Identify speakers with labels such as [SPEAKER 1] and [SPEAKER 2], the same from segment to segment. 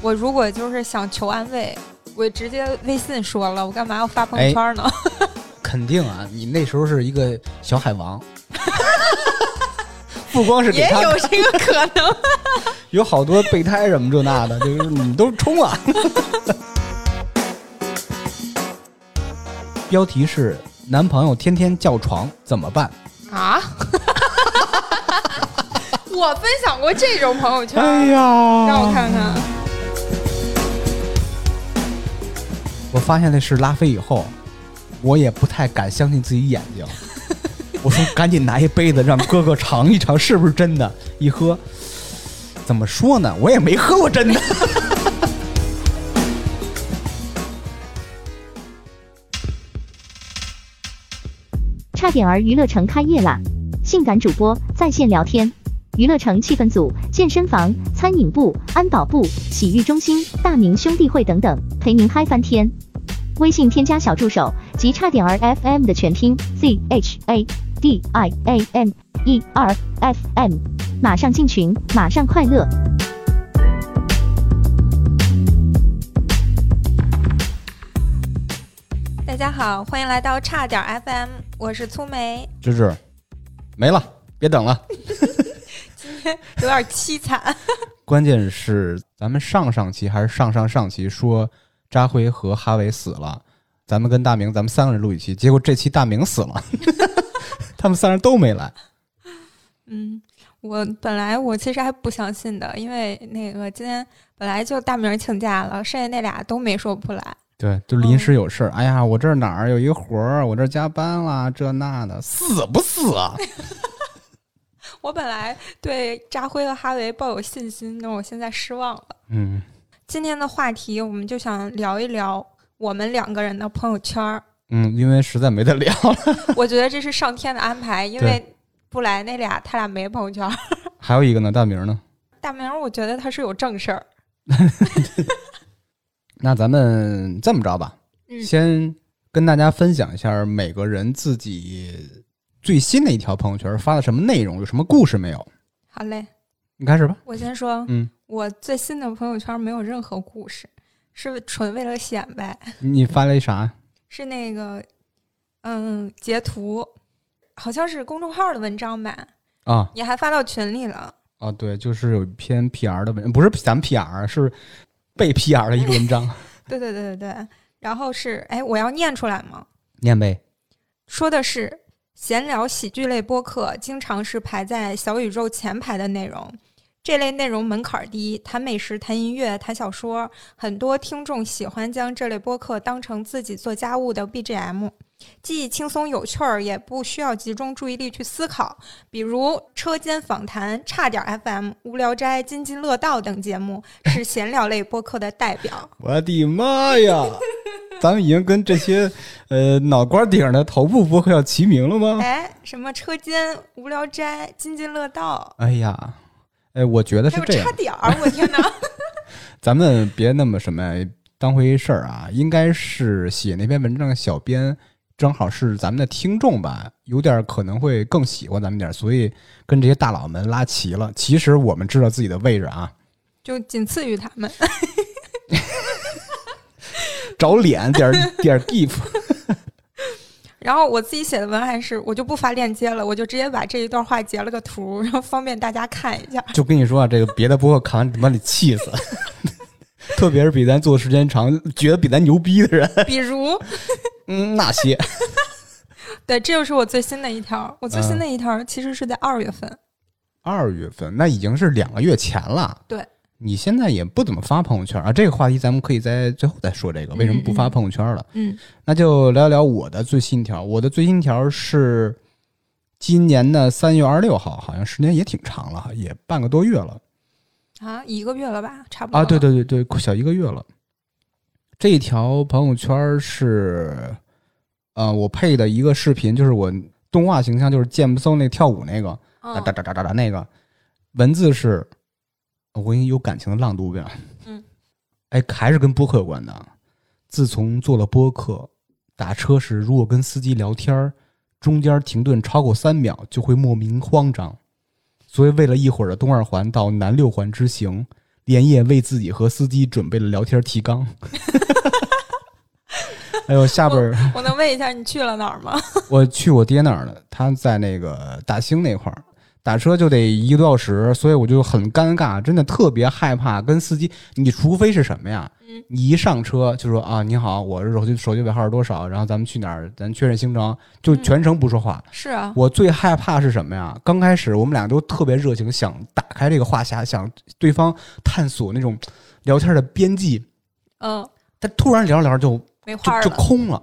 [SPEAKER 1] 我如果就是想求安慰，我直接微信说了，我干嘛要发朋
[SPEAKER 2] 哎
[SPEAKER 1] 友圈呢？
[SPEAKER 2] 肯定啊，你那时候是一个小海王，不光是给
[SPEAKER 1] 也
[SPEAKER 2] 他
[SPEAKER 1] 有这个可能。
[SPEAKER 2] 有好多备胎什么这那的，就是你们都冲啊！ 标题是“男朋友天天叫床怎么办
[SPEAKER 1] 啊！ 我分享过这种朋友”？圈，
[SPEAKER 2] 哎呀，
[SPEAKER 1] 让我看，看。
[SPEAKER 2] 我发现那是拉菲以后，我也不太敢相信自己眼睛。我说赶紧拿一杯子让哥哥尝一尝是不是真的，一喝，怎么说呢？我也没喝过真的。
[SPEAKER 3] 差点儿娱乐城开业啦！性感主播在线聊天，娱乐城气氛组、健身房、餐饮部、安保部、洗浴中心、大明兄弟会等等，陪您嗨翻天。微信添加小助手及差点儿 FM 的全拼 Z H A D I A M E R F M，马上进群，马上快乐。
[SPEAKER 1] 大家好，欢迎来到差点儿 FM，我是粗梅，
[SPEAKER 2] 芝芝，没了，别等了。
[SPEAKER 1] 有点凄惨。
[SPEAKER 2] 关键是咱们上上期还是上上上期说扎辉和哈维死了，咱们跟大明咱们三个人录一期，结果这期大明死了， 他们三人都没来。
[SPEAKER 1] 嗯，我本来我其实还不相信的，因为那个今天本来就大明儿请假了，剩下那俩都没说不来。
[SPEAKER 2] 对，就临时有事儿。哎呀，我这儿哪儿有一个活儿，我这儿加班啦，这那的，死不死啊？
[SPEAKER 1] 我本来对扎辉和哈维抱有信心，那我现在失望了。
[SPEAKER 2] 嗯，
[SPEAKER 1] 今天的话题，我们就想聊一聊我们两个人的朋友圈儿。
[SPEAKER 2] 嗯，因为实在没得聊了，
[SPEAKER 1] 我觉得这是上天的安排，因为不来那俩，他俩没朋友圈儿。
[SPEAKER 2] 还有一个呢，大明呢？
[SPEAKER 1] 大明儿，我觉得他是有正事儿。
[SPEAKER 2] 那咱们这么着吧，
[SPEAKER 1] 嗯
[SPEAKER 2] 先跟大家分享一下每个人自己最新的一条朋友圈发的什么内容，有什么故事没有？
[SPEAKER 1] 好嘞，
[SPEAKER 2] 你开始吧。
[SPEAKER 1] 我先说，
[SPEAKER 2] 嗯，
[SPEAKER 1] 我最新的朋友圈没有任何故事，是纯为了显摆，
[SPEAKER 2] 你发了一啥？
[SPEAKER 1] 是那个，嗯，截图，好像是公众号的文章吧，
[SPEAKER 2] 啊
[SPEAKER 1] 你还发到群里了。
[SPEAKER 2] 啊，对，就是有一篇 PR 的文，不是咱们 PR，是被 PR 的一个文章，
[SPEAKER 1] 对对对对对，然后是，哎，我要念出来吗？
[SPEAKER 2] 念呗。
[SPEAKER 1] 说的是闲聊喜剧类播客，经常是排在小宇宙前排的内容。这类内容门槛儿低，谈美食、谈音乐、谈小说，很多听众喜欢将这类播客当成自己做家务的 BGM，既轻松有趣儿，也不需要集中注意力去思考。比如车间访谈、差点儿 FM、无聊斋、津津乐道等节目是闲聊类播客的代表。
[SPEAKER 2] 我的妈呀！咱们已经跟这些呃脑瓜顶的头部播客要齐名了吗？
[SPEAKER 1] 哎，什么车间、无聊斋、津津乐道，
[SPEAKER 2] 哎呀，哎，我觉得
[SPEAKER 1] 还
[SPEAKER 2] 是
[SPEAKER 1] 有
[SPEAKER 2] 这样
[SPEAKER 1] 差，点儿，我天哪！
[SPEAKER 2] 咱们别那么什么当回事儿啊，应该是写那篇文章的小编正好是咱们的听众吧，有点儿可能会更喜欢咱们点儿，所以跟这些大佬们拉齐了。其实我们知道自己的位置啊，
[SPEAKER 1] 就仅次于他们。
[SPEAKER 2] 找脸点儿点儿 give。
[SPEAKER 1] 然后我自己写的文案是，我就不发链接了，我就直接把这一段话截了个图，然后方便大家看一下。
[SPEAKER 2] 就跟你说啊，这个别的播客看完他妈得气死， 特别是比咱做的时间长，觉得比咱牛逼的人，
[SPEAKER 1] 比如，
[SPEAKER 2] 嗯，那些
[SPEAKER 1] 对，这就是我最新的一条。我最新的一条其实是在二月份，
[SPEAKER 2] 二月份那已经是两个月前了。
[SPEAKER 1] 对，
[SPEAKER 2] 你现在也不怎么发朋友圈啊。这个话题咱们可以在最后再说这个，为什么不发朋友圈了？
[SPEAKER 1] 嗯，
[SPEAKER 2] 那就聊聊我的最新一条。我的最新一条是今年的三月二十六号，好像时间也挺长了，也半个多月了。
[SPEAKER 1] 啊，一个月了吧，差不多
[SPEAKER 2] 啊，对
[SPEAKER 1] 了，
[SPEAKER 2] 对对对，快小一个月了。这一条朋友圈是，呃，我配的一个视频，就是我动画形象，就是剑不松那跳舞那个，哒啊哒
[SPEAKER 1] 嗯，
[SPEAKER 2] 哒哒哒哒那个，文字是，我给你有感情的浪读一遍。
[SPEAKER 1] 嗯，
[SPEAKER 2] 哎，还是跟播客有关的。自从做了播客，打车时如果跟司机聊天儿，中间停顿超过三秒，就会莫名慌张。所以，为了一会儿的东二环到南六环之行，连夜为自己和司机准备了聊天提纲。 还有下边儿
[SPEAKER 1] 嗯我能问一下你去了哪儿吗？
[SPEAKER 2] 我去我爹那儿了，他在那个大兴那块儿打车就得一个多小时，所以我就很尴尬，真的特别害怕跟司机。你除非是什么呀？
[SPEAKER 1] 嗯
[SPEAKER 2] 你一上车就说啊，你好，我是手机手机尾号是多少，然后咱们去哪儿，咱确认行程，就全程不说话。
[SPEAKER 1] 是啊，
[SPEAKER 2] 我最害怕是什么呀？刚开始我们俩都特别热情，想打开这个话匣，想对方探索那种聊天的边际，
[SPEAKER 1] 嗯，
[SPEAKER 2] 但突然聊着聊着就
[SPEAKER 1] 没话
[SPEAKER 2] 就
[SPEAKER 1] 儿
[SPEAKER 2] 就
[SPEAKER 1] 了。
[SPEAKER 2] 空了。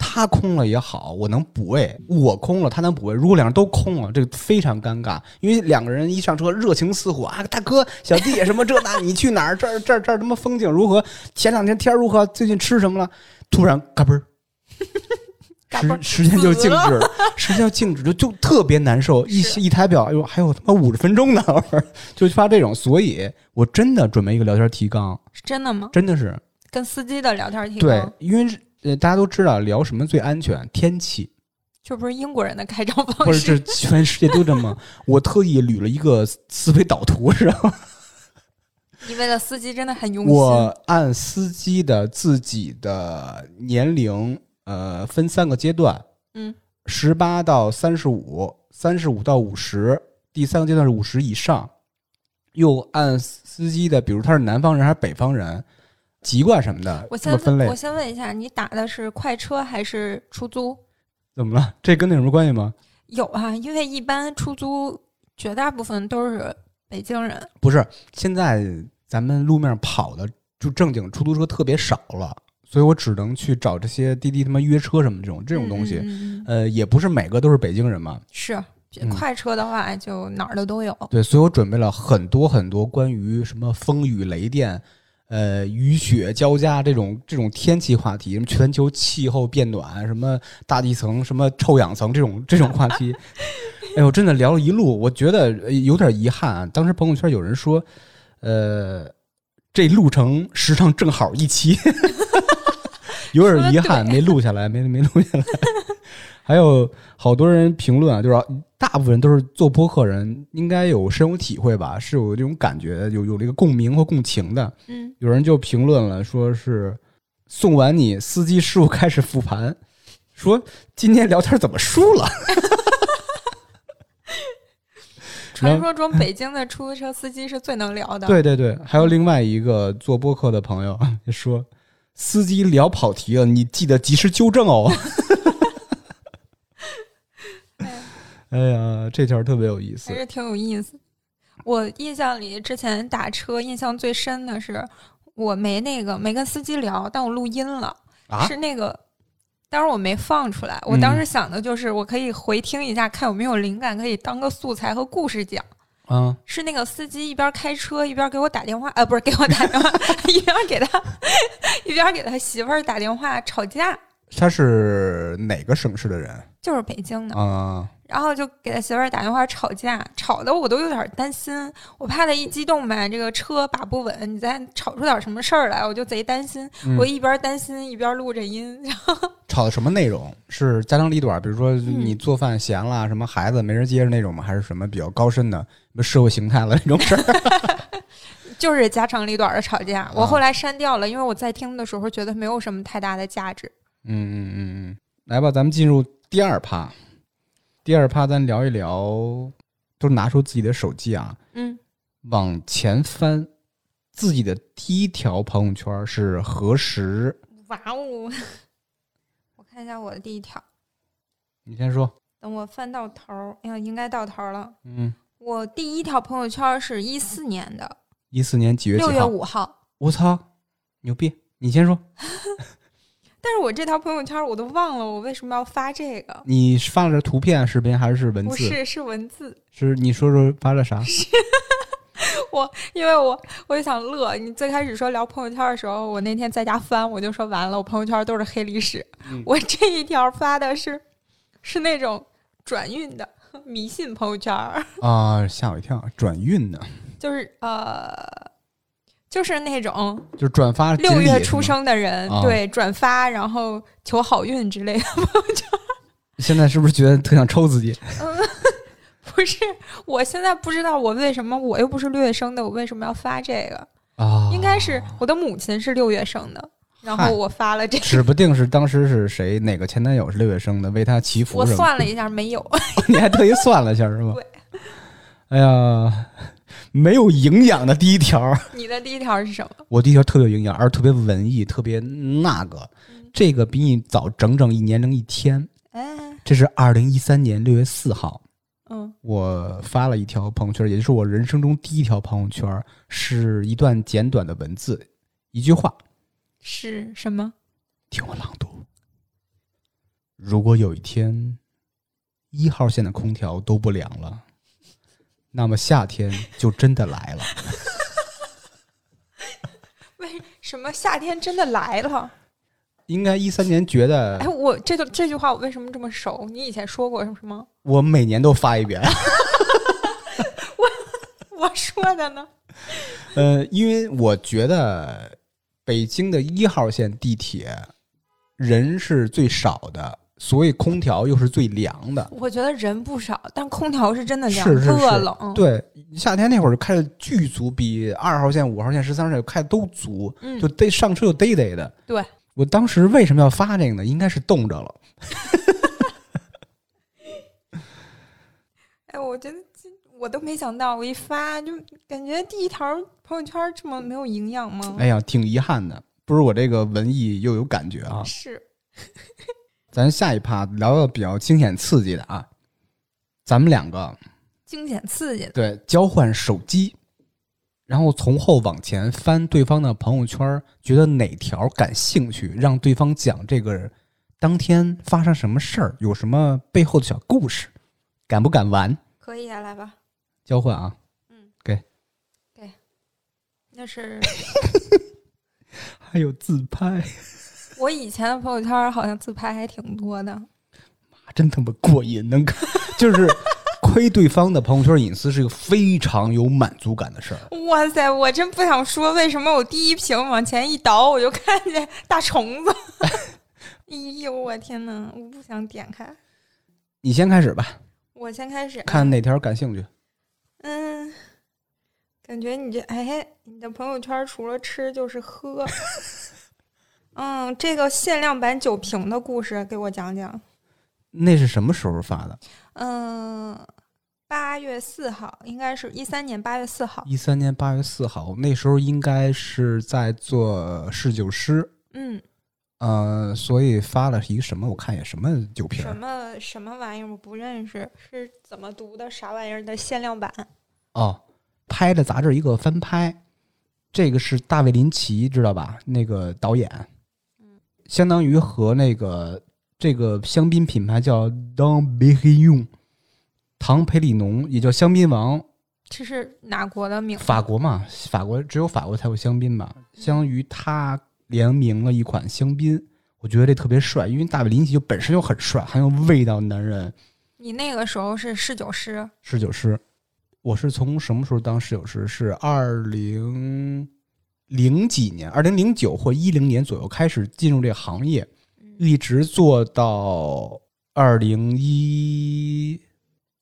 [SPEAKER 2] 他空了也好，我能补位；我空了，他能补位。如果两人都空了，这个非常尴尬，因为两个人一上车热情似火啊，大哥、小弟什么这那，你去哪儿？这儿这儿这儿他妈风景如何？前两天天如何？最近吃什么了？突然嘎嘣儿，
[SPEAKER 1] 嘎嘣儿
[SPEAKER 2] 时时间就
[SPEAKER 1] 死
[SPEAKER 2] 静
[SPEAKER 1] 了
[SPEAKER 2] 止了，时间就静止，就就特别难受。一
[SPEAKER 1] 是
[SPEAKER 2] 一抬表，哎呦，还有他妈五十分钟呢， 就发这种。所以我真的准备一个聊天提纲，
[SPEAKER 1] 是真的吗？
[SPEAKER 2] 真的是
[SPEAKER 1] 跟司机的聊天提
[SPEAKER 2] 对
[SPEAKER 1] 纲，，
[SPEAKER 2] 因为是呃，大家都知道聊什么最安全，天气，
[SPEAKER 1] 这不是英国人的开张
[SPEAKER 2] 或
[SPEAKER 1] 方
[SPEAKER 2] 者
[SPEAKER 1] 式。
[SPEAKER 2] 是全世界都这么。我特意捋了一个思维导图，知道吗？
[SPEAKER 1] 你为了司机真的很用心。
[SPEAKER 2] 我按司机的自己的年龄，呃，分三个阶段，
[SPEAKER 1] 嗯，
[SPEAKER 2] 十八到三十五，三十五到五十，第三个阶段是五十以上。又按司机的，比如他是南方人还是北方人，籍贯什么的，
[SPEAKER 1] 我
[SPEAKER 2] 这
[SPEAKER 1] 先
[SPEAKER 2] 么分
[SPEAKER 1] 问，
[SPEAKER 2] 类
[SPEAKER 1] 我？先问一下，你打的是快车还是出租？
[SPEAKER 2] 怎么了？这跟那有什么关系吗？
[SPEAKER 1] 有啊，因为一般出租绝大部分都是北京人，
[SPEAKER 2] 不是，现在咱们路面跑的就正经出租车特别少了，所以我只能去找这些滴滴他妈约车什么这种这种东西。
[SPEAKER 1] 嗯嗯嗯嗯
[SPEAKER 2] 呃，也不是每个都是北京人嘛，
[SPEAKER 1] 是
[SPEAKER 2] 嗯
[SPEAKER 1] 快车的话就哪儿的都有。
[SPEAKER 2] 对，所以我准备了很多很多关于什么风雨雷电。呃，雨雪交加这种这种天气话题，什么全球气候变暖，什么大地层，什么臭氧层这种这种话题， 哎呦，真的聊了一路，我觉得呃有点遗憾啊。当时朋友圈有人说，呃，这路程时长正好一期， 有点遗憾没录下来，没没录下来。 还有好多人评论啊，就是大部分人都是做播客人，应该有深有体会吧，是有这种感觉，有有这个共鸣和共情的。
[SPEAKER 1] 嗯，
[SPEAKER 2] 有人就评论了，说是送完你，司机师傅开始复盘，说今天聊天怎么输了？
[SPEAKER 1] 传说中北京的出租车司机是最能聊的。，
[SPEAKER 2] 对对对，还有另外一个做播客的朋友说，司机聊跑题了，你记得及时纠正 哦。 哎呀，这条特别有意思
[SPEAKER 1] 还。是挺有意思。我印象里之前打车印象最深的是，我没那个没跟司机聊，但我录音了，
[SPEAKER 2] 啊
[SPEAKER 1] 是那个。当时我没放出来，我
[SPEAKER 2] 嗯
[SPEAKER 1] 当时想的就是我可以回听一下，看有没有灵感，可以当个素材和故事讲。
[SPEAKER 2] 啊，
[SPEAKER 1] 是那个司机一边开车一边给我打电话，呃，不是给我打电话， 一边给他一边给他媳妇儿打电话吵架，
[SPEAKER 2] 他是哪个省市的人
[SPEAKER 1] 就是北京的，
[SPEAKER 2] 啊？
[SPEAKER 1] 然后就给他媳妇儿打电话吵架，吵得我都有点担心，我怕他一激动吧，这个车把不稳，你再吵出点什么事儿来，我就贼担心。
[SPEAKER 2] 嗯
[SPEAKER 1] 我一边担心一边录着音，然后
[SPEAKER 2] 吵的什么内容？是家长里短，比如说
[SPEAKER 1] 嗯
[SPEAKER 2] 你做饭闲了，啊什么孩子没人接着那种吗？还是什么比较高深的，什么社会形态了那种 事儿？
[SPEAKER 1] 就是家长里短的吵
[SPEAKER 2] 啊
[SPEAKER 1] 架。我后来删掉了，因为我在听的时候觉得没有什么太大的价值。
[SPEAKER 2] 嗯嗯嗯嗯，来吧，咱们进入第二趴。第二趴，咱聊一聊，都拿出自己的手机啊，
[SPEAKER 1] 嗯，
[SPEAKER 2] 往前翻，自己的第一条朋友圈是何时？
[SPEAKER 1] 哇哦， 我看一下我的第一条。
[SPEAKER 2] 你先说。
[SPEAKER 1] 等我翻到头儿，哎呀，应该到头儿了。
[SPEAKER 2] 嗯，
[SPEAKER 1] 我第一条朋友圈是一四年的
[SPEAKER 2] 一四年几月几
[SPEAKER 1] 六月
[SPEAKER 2] 号？
[SPEAKER 1] 五号，
[SPEAKER 2] 我操，牛逼！你先说，
[SPEAKER 1] 但是我这条朋友圈我都忘了我为什么要发这个，
[SPEAKER 2] 你发了图片、视频还是文
[SPEAKER 1] 不
[SPEAKER 2] 字？
[SPEAKER 1] 是是文字，
[SPEAKER 2] 是你说说发了啥？
[SPEAKER 1] 因为我我就想乐。你最开始说聊朋友圈的时候，我那天在家翻，我就说完了，我朋友圈都是黑历史。
[SPEAKER 2] 嗯
[SPEAKER 1] 我这一条发的是是那种转运的迷信朋友圈儿。
[SPEAKER 2] 啊、吓我一跳！转运呢，
[SPEAKER 1] 就是呃，就是那种
[SPEAKER 2] 就是转发锦鲤
[SPEAKER 1] 六月
[SPEAKER 2] 是
[SPEAKER 1] 出
[SPEAKER 2] 吗。
[SPEAKER 1] 生的人，
[SPEAKER 2] 啊
[SPEAKER 1] 对转发然后求好运之类的。
[SPEAKER 2] 现在是不是觉得特想抽自己？
[SPEAKER 1] 不是，我现在不知道我为什么，我又不是六月生的，我为什么要发这个？
[SPEAKER 2] 啊，
[SPEAKER 1] 应该是我的母亲是六月生的，然
[SPEAKER 2] 嗨
[SPEAKER 1] 后我发了这个。
[SPEAKER 2] 指不定是当时是谁哪个前男友是六月生的，为他祈福
[SPEAKER 1] 我
[SPEAKER 2] 什么的。
[SPEAKER 1] 算了一下，没有。
[SPEAKER 2] 你还特意算了一下是吗？
[SPEAKER 1] 对。
[SPEAKER 2] 哎呀，没有营养的第一条 儿，
[SPEAKER 1] 你的第一条是什么？
[SPEAKER 2] 我第一条特别有营养，而且特别文艺，特别那个。
[SPEAKER 1] 嗯
[SPEAKER 2] 这个比你早整整一年零一天，
[SPEAKER 1] 哎，
[SPEAKER 2] 这是二零一三年六月四号，
[SPEAKER 1] 嗯，
[SPEAKER 2] 我发了一条朋友圈，也就是我人生中第一条朋友圈，是一段简短的文字，一句话，
[SPEAKER 1] 是什么？
[SPEAKER 2] 听我朗读。如果有一天，一号线的空调都不凉了，那么夏天就真的来了。
[SPEAKER 1] 为什么夏天真的来了？
[SPEAKER 2] 应该一三年觉得
[SPEAKER 1] 哎，我这个这句话我为什么这么熟？你以前说过是吗？
[SPEAKER 2] 我每年都发一遍，
[SPEAKER 1] 我说的呢？
[SPEAKER 2] 呃，因为我觉得北京的一号线地铁人是最少的，所以空调又是最凉的。
[SPEAKER 1] 我觉得人不少，但空调是真的凉，
[SPEAKER 2] 是是
[SPEAKER 1] 特
[SPEAKER 2] 是
[SPEAKER 1] 冷。，
[SPEAKER 2] 对，夏天那会儿开的巨足，比二号线、五号线、十三号线开的都足，
[SPEAKER 1] 嗯
[SPEAKER 2] 就逮上车就逮逮的。
[SPEAKER 1] 对，
[SPEAKER 2] 我当时为什么要发这个呢？应该是冻着了。
[SPEAKER 1] 哎，我觉得这我都没想到，我一发就感觉第一条朋友圈这么没有营养吗？
[SPEAKER 2] 哎呀，挺遗憾的，不是我这个文艺又有感觉啊。
[SPEAKER 1] 是，
[SPEAKER 2] 咱下一趴聊聊比较惊险刺激的啊，咱们两个
[SPEAKER 1] 惊险刺激的。
[SPEAKER 2] 对交换手机，然后从后往前翻对方的朋友圈，觉得哪条感兴趣，让对方讲这个当天发生什么事儿，有什么背后的小故事，敢不敢玩？
[SPEAKER 1] 可以啊，来吧，
[SPEAKER 2] 交换啊，
[SPEAKER 1] 那是
[SPEAKER 2] 还有自拍，
[SPEAKER 1] 我以前的朋友圈，好像自拍还挺多的。
[SPEAKER 2] 真他妈过瘾，能看就是窥对方的朋友圈隐私是一个非常有满足感的事儿。
[SPEAKER 1] 哇塞，我真不想说，为什么我第一屏往前一倒，我就看见大虫子？ 哎呦，我天呐，我不想点开。
[SPEAKER 2] 你先开始吧，
[SPEAKER 1] 我先开始啊
[SPEAKER 2] 看哪条感兴趣。
[SPEAKER 1] 嗯，感觉你这哎，你的朋友圈除了吃就是喝。 嗯，这个限量版酒瓶的故事给我讲讲。
[SPEAKER 2] 那是什么时候发的？
[SPEAKER 1] 嗯，八月四号，应该是一三年八月四号。
[SPEAKER 2] 一三年八月四号，那时候应该是在做侍酒师，
[SPEAKER 1] 嗯，
[SPEAKER 2] 呃，所以发了一个什么？我看一眼什么酒瓶
[SPEAKER 1] 什
[SPEAKER 2] 儿
[SPEAKER 1] 么什么玩意儿我不认识，是怎么读的？啥玩意儿的限量版？
[SPEAKER 2] 哦，拍的杂志一个翻拍，这个是大卫林奇，知道吧？那个导演，相当于和那个这个香槟品牌叫 Don b e h i o n 唐培里农也叫香槟王，
[SPEAKER 1] 这是哪国的名？
[SPEAKER 2] 法国嘛，法国只有法国才有香槟吧？相当于他联名了一款香槟，我觉得这特别帅，因为大卫林奇就本身就很帅，很有味道的男人
[SPEAKER 1] 你那个时候是侍酒师，
[SPEAKER 2] 侍酒师。我是从什么时候当侍酒师？是二零零几年，二零零九或一零年左右开始进入这个行业，一直做到二零一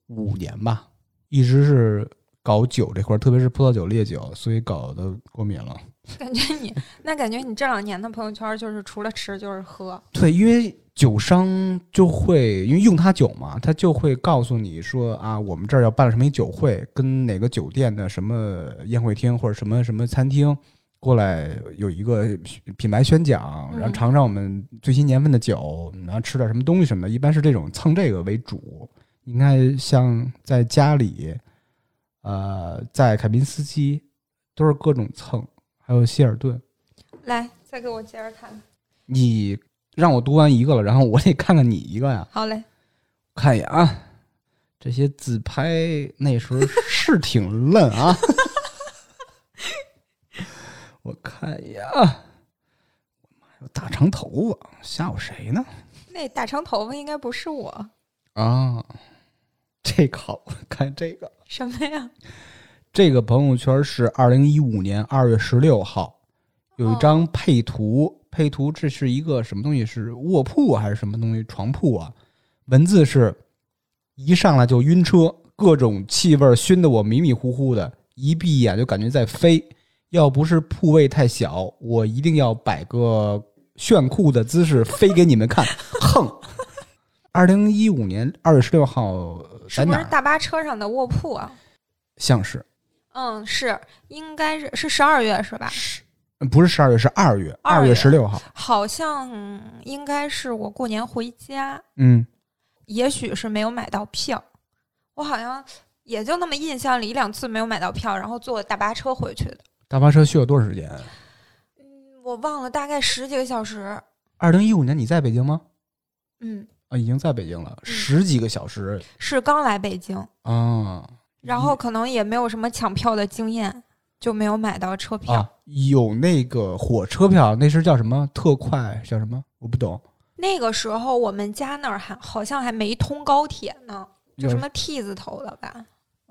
[SPEAKER 2] 五年吧，一直是搞酒这块儿，特别是葡萄酒、烈酒，所以搞得过敏了。
[SPEAKER 1] 感觉你那感觉你这两年的朋友圈就是除了吃就是喝。
[SPEAKER 2] 对，因为酒商就会因为用他酒嘛，他就会告诉你说啊，我们这儿要办什么一酒会，跟哪个酒店的什么宴会厅或者什么什么餐厅过来有一个品牌宣讲，然后
[SPEAKER 1] 嗯
[SPEAKER 2] 尝尝我们最新年份的酒，然后吃点什么东西什么的，一般是这种蹭这个为主。应该像在家里，呃，在凯宾斯基都是各种蹭，还有希尔顿。
[SPEAKER 1] 来，再给我接着看看。
[SPEAKER 2] 你让我读完一个了，然后我得看看你一个呀。
[SPEAKER 1] 好嘞，
[SPEAKER 2] 看一眼啊，这些自拍那时候是挺嫩啊。 我看一眼啊，我妈有大长头发，吓唬谁呢？
[SPEAKER 1] 那大长头发应该不是我，
[SPEAKER 2] 啊，这个好，看这个，
[SPEAKER 1] 什么呀？
[SPEAKER 2] 这个朋友圈是二零一五年二月十六号，有一张配图，配图这是一个什么东西？是卧啊铺还是什么东西？床铺啊？文字是一上来就晕车，各种气味熏得我迷迷糊糊的，一闭眼就感觉在飞。要不是铺位太小，我一定要摆个炫酷的姿势飞给你们看。 哼！二零一五年二月十六号在
[SPEAKER 1] 是不
[SPEAKER 2] 哪
[SPEAKER 1] 是
[SPEAKER 2] 儿？
[SPEAKER 1] 大巴车上的卧铺啊？
[SPEAKER 2] 像是
[SPEAKER 1] 嗯，是，应该是是十二月是吧？
[SPEAKER 2] 是，不是十二月，是二月，
[SPEAKER 1] 二
[SPEAKER 2] 二
[SPEAKER 1] 月
[SPEAKER 2] 月十六号。
[SPEAKER 1] 好像应该是我过年回家，
[SPEAKER 2] 嗯，
[SPEAKER 1] 也许是没有买到票，我好像也就那么印象里一两次没有买到票，然后坐大巴车回去的。
[SPEAKER 2] 大巴车需要多少时间？
[SPEAKER 1] 嗯我忘了，大概十几个小时。
[SPEAKER 2] 二零一五年你在北京吗？
[SPEAKER 1] 嗯，
[SPEAKER 2] 啊，已经在北京了，十几个小时
[SPEAKER 1] 是刚来北京，
[SPEAKER 2] 啊。
[SPEAKER 1] 然后可能也没有什么抢票的经验，就没有买到车票。
[SPEAKER 2] 啊，有那个火车票，那是叫什么特快？叫什么？我不懂。
[SPEAKER 1] 那个时候我们家那儿还好像还没通高铁呢，就什么 T 字头的吧？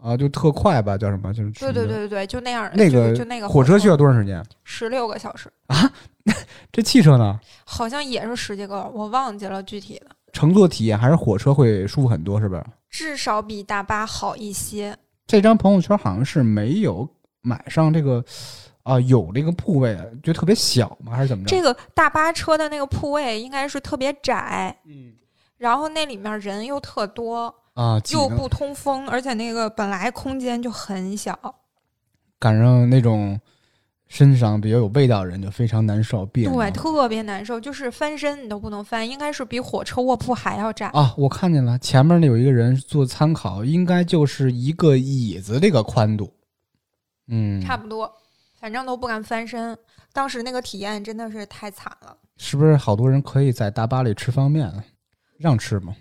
[SPEAKER 2] 啊，就特快吧，叫什么？就是
[SPEAKER 1] 对对，对对对，就那样。
[SPEAKER 2] 那
[SPEAKER 1] 就
[SPEAKER 2] 个
[SPEAKER 1] 就那个
[SPEAKER 2] 火车需要多长时间？
[SPEAKER 1] 十六个小时，
[SPEAKER 2] 这汽车呢？
[SPEAKER 1] 好像也是十几个，我忘记了具体的，
[SPEAKER 2] 乘坐体验还是火车会舒服很多，是吧？
[SPEAKER 1] 至少比大巴好一些。
[SPEAKER 2] 这张朋友圈好像是没有买上这个啊、有这个铺位，就特别小吗？还是怎么着？
[SPEAKER 1] 这个大巴车的那个铺位应该是特别窄，
[SPEAKER 2] 嗯
[SPEAKER 1] 然后那里面人又特多，
[SPEAKER 2] 啊，挤
[SPEAKER 1] 又
[SPEAKER 2] 呢
[SPEAKER 1] 不通风，而且那个本来空间就很小。
[SPEAKER 2] 赶上那种身上比较有味道的人就非常难受，别扭
[SPEAKER 1] 对，特别难受，就是翻身你都不能翻，应该是比火车卧铺还要窄。
[SPEAKER 2] 啊，我看见了，前面有一个人做参考，应该就是一个椅子这个宽度，嗯，
[SPEAKER 1] 差不多，反正都不敢翻身。当时那个体验真的是太惨了，
[SPEAKER 2] 是不是好多人可以在大巴里吃方便啊？让吃吗？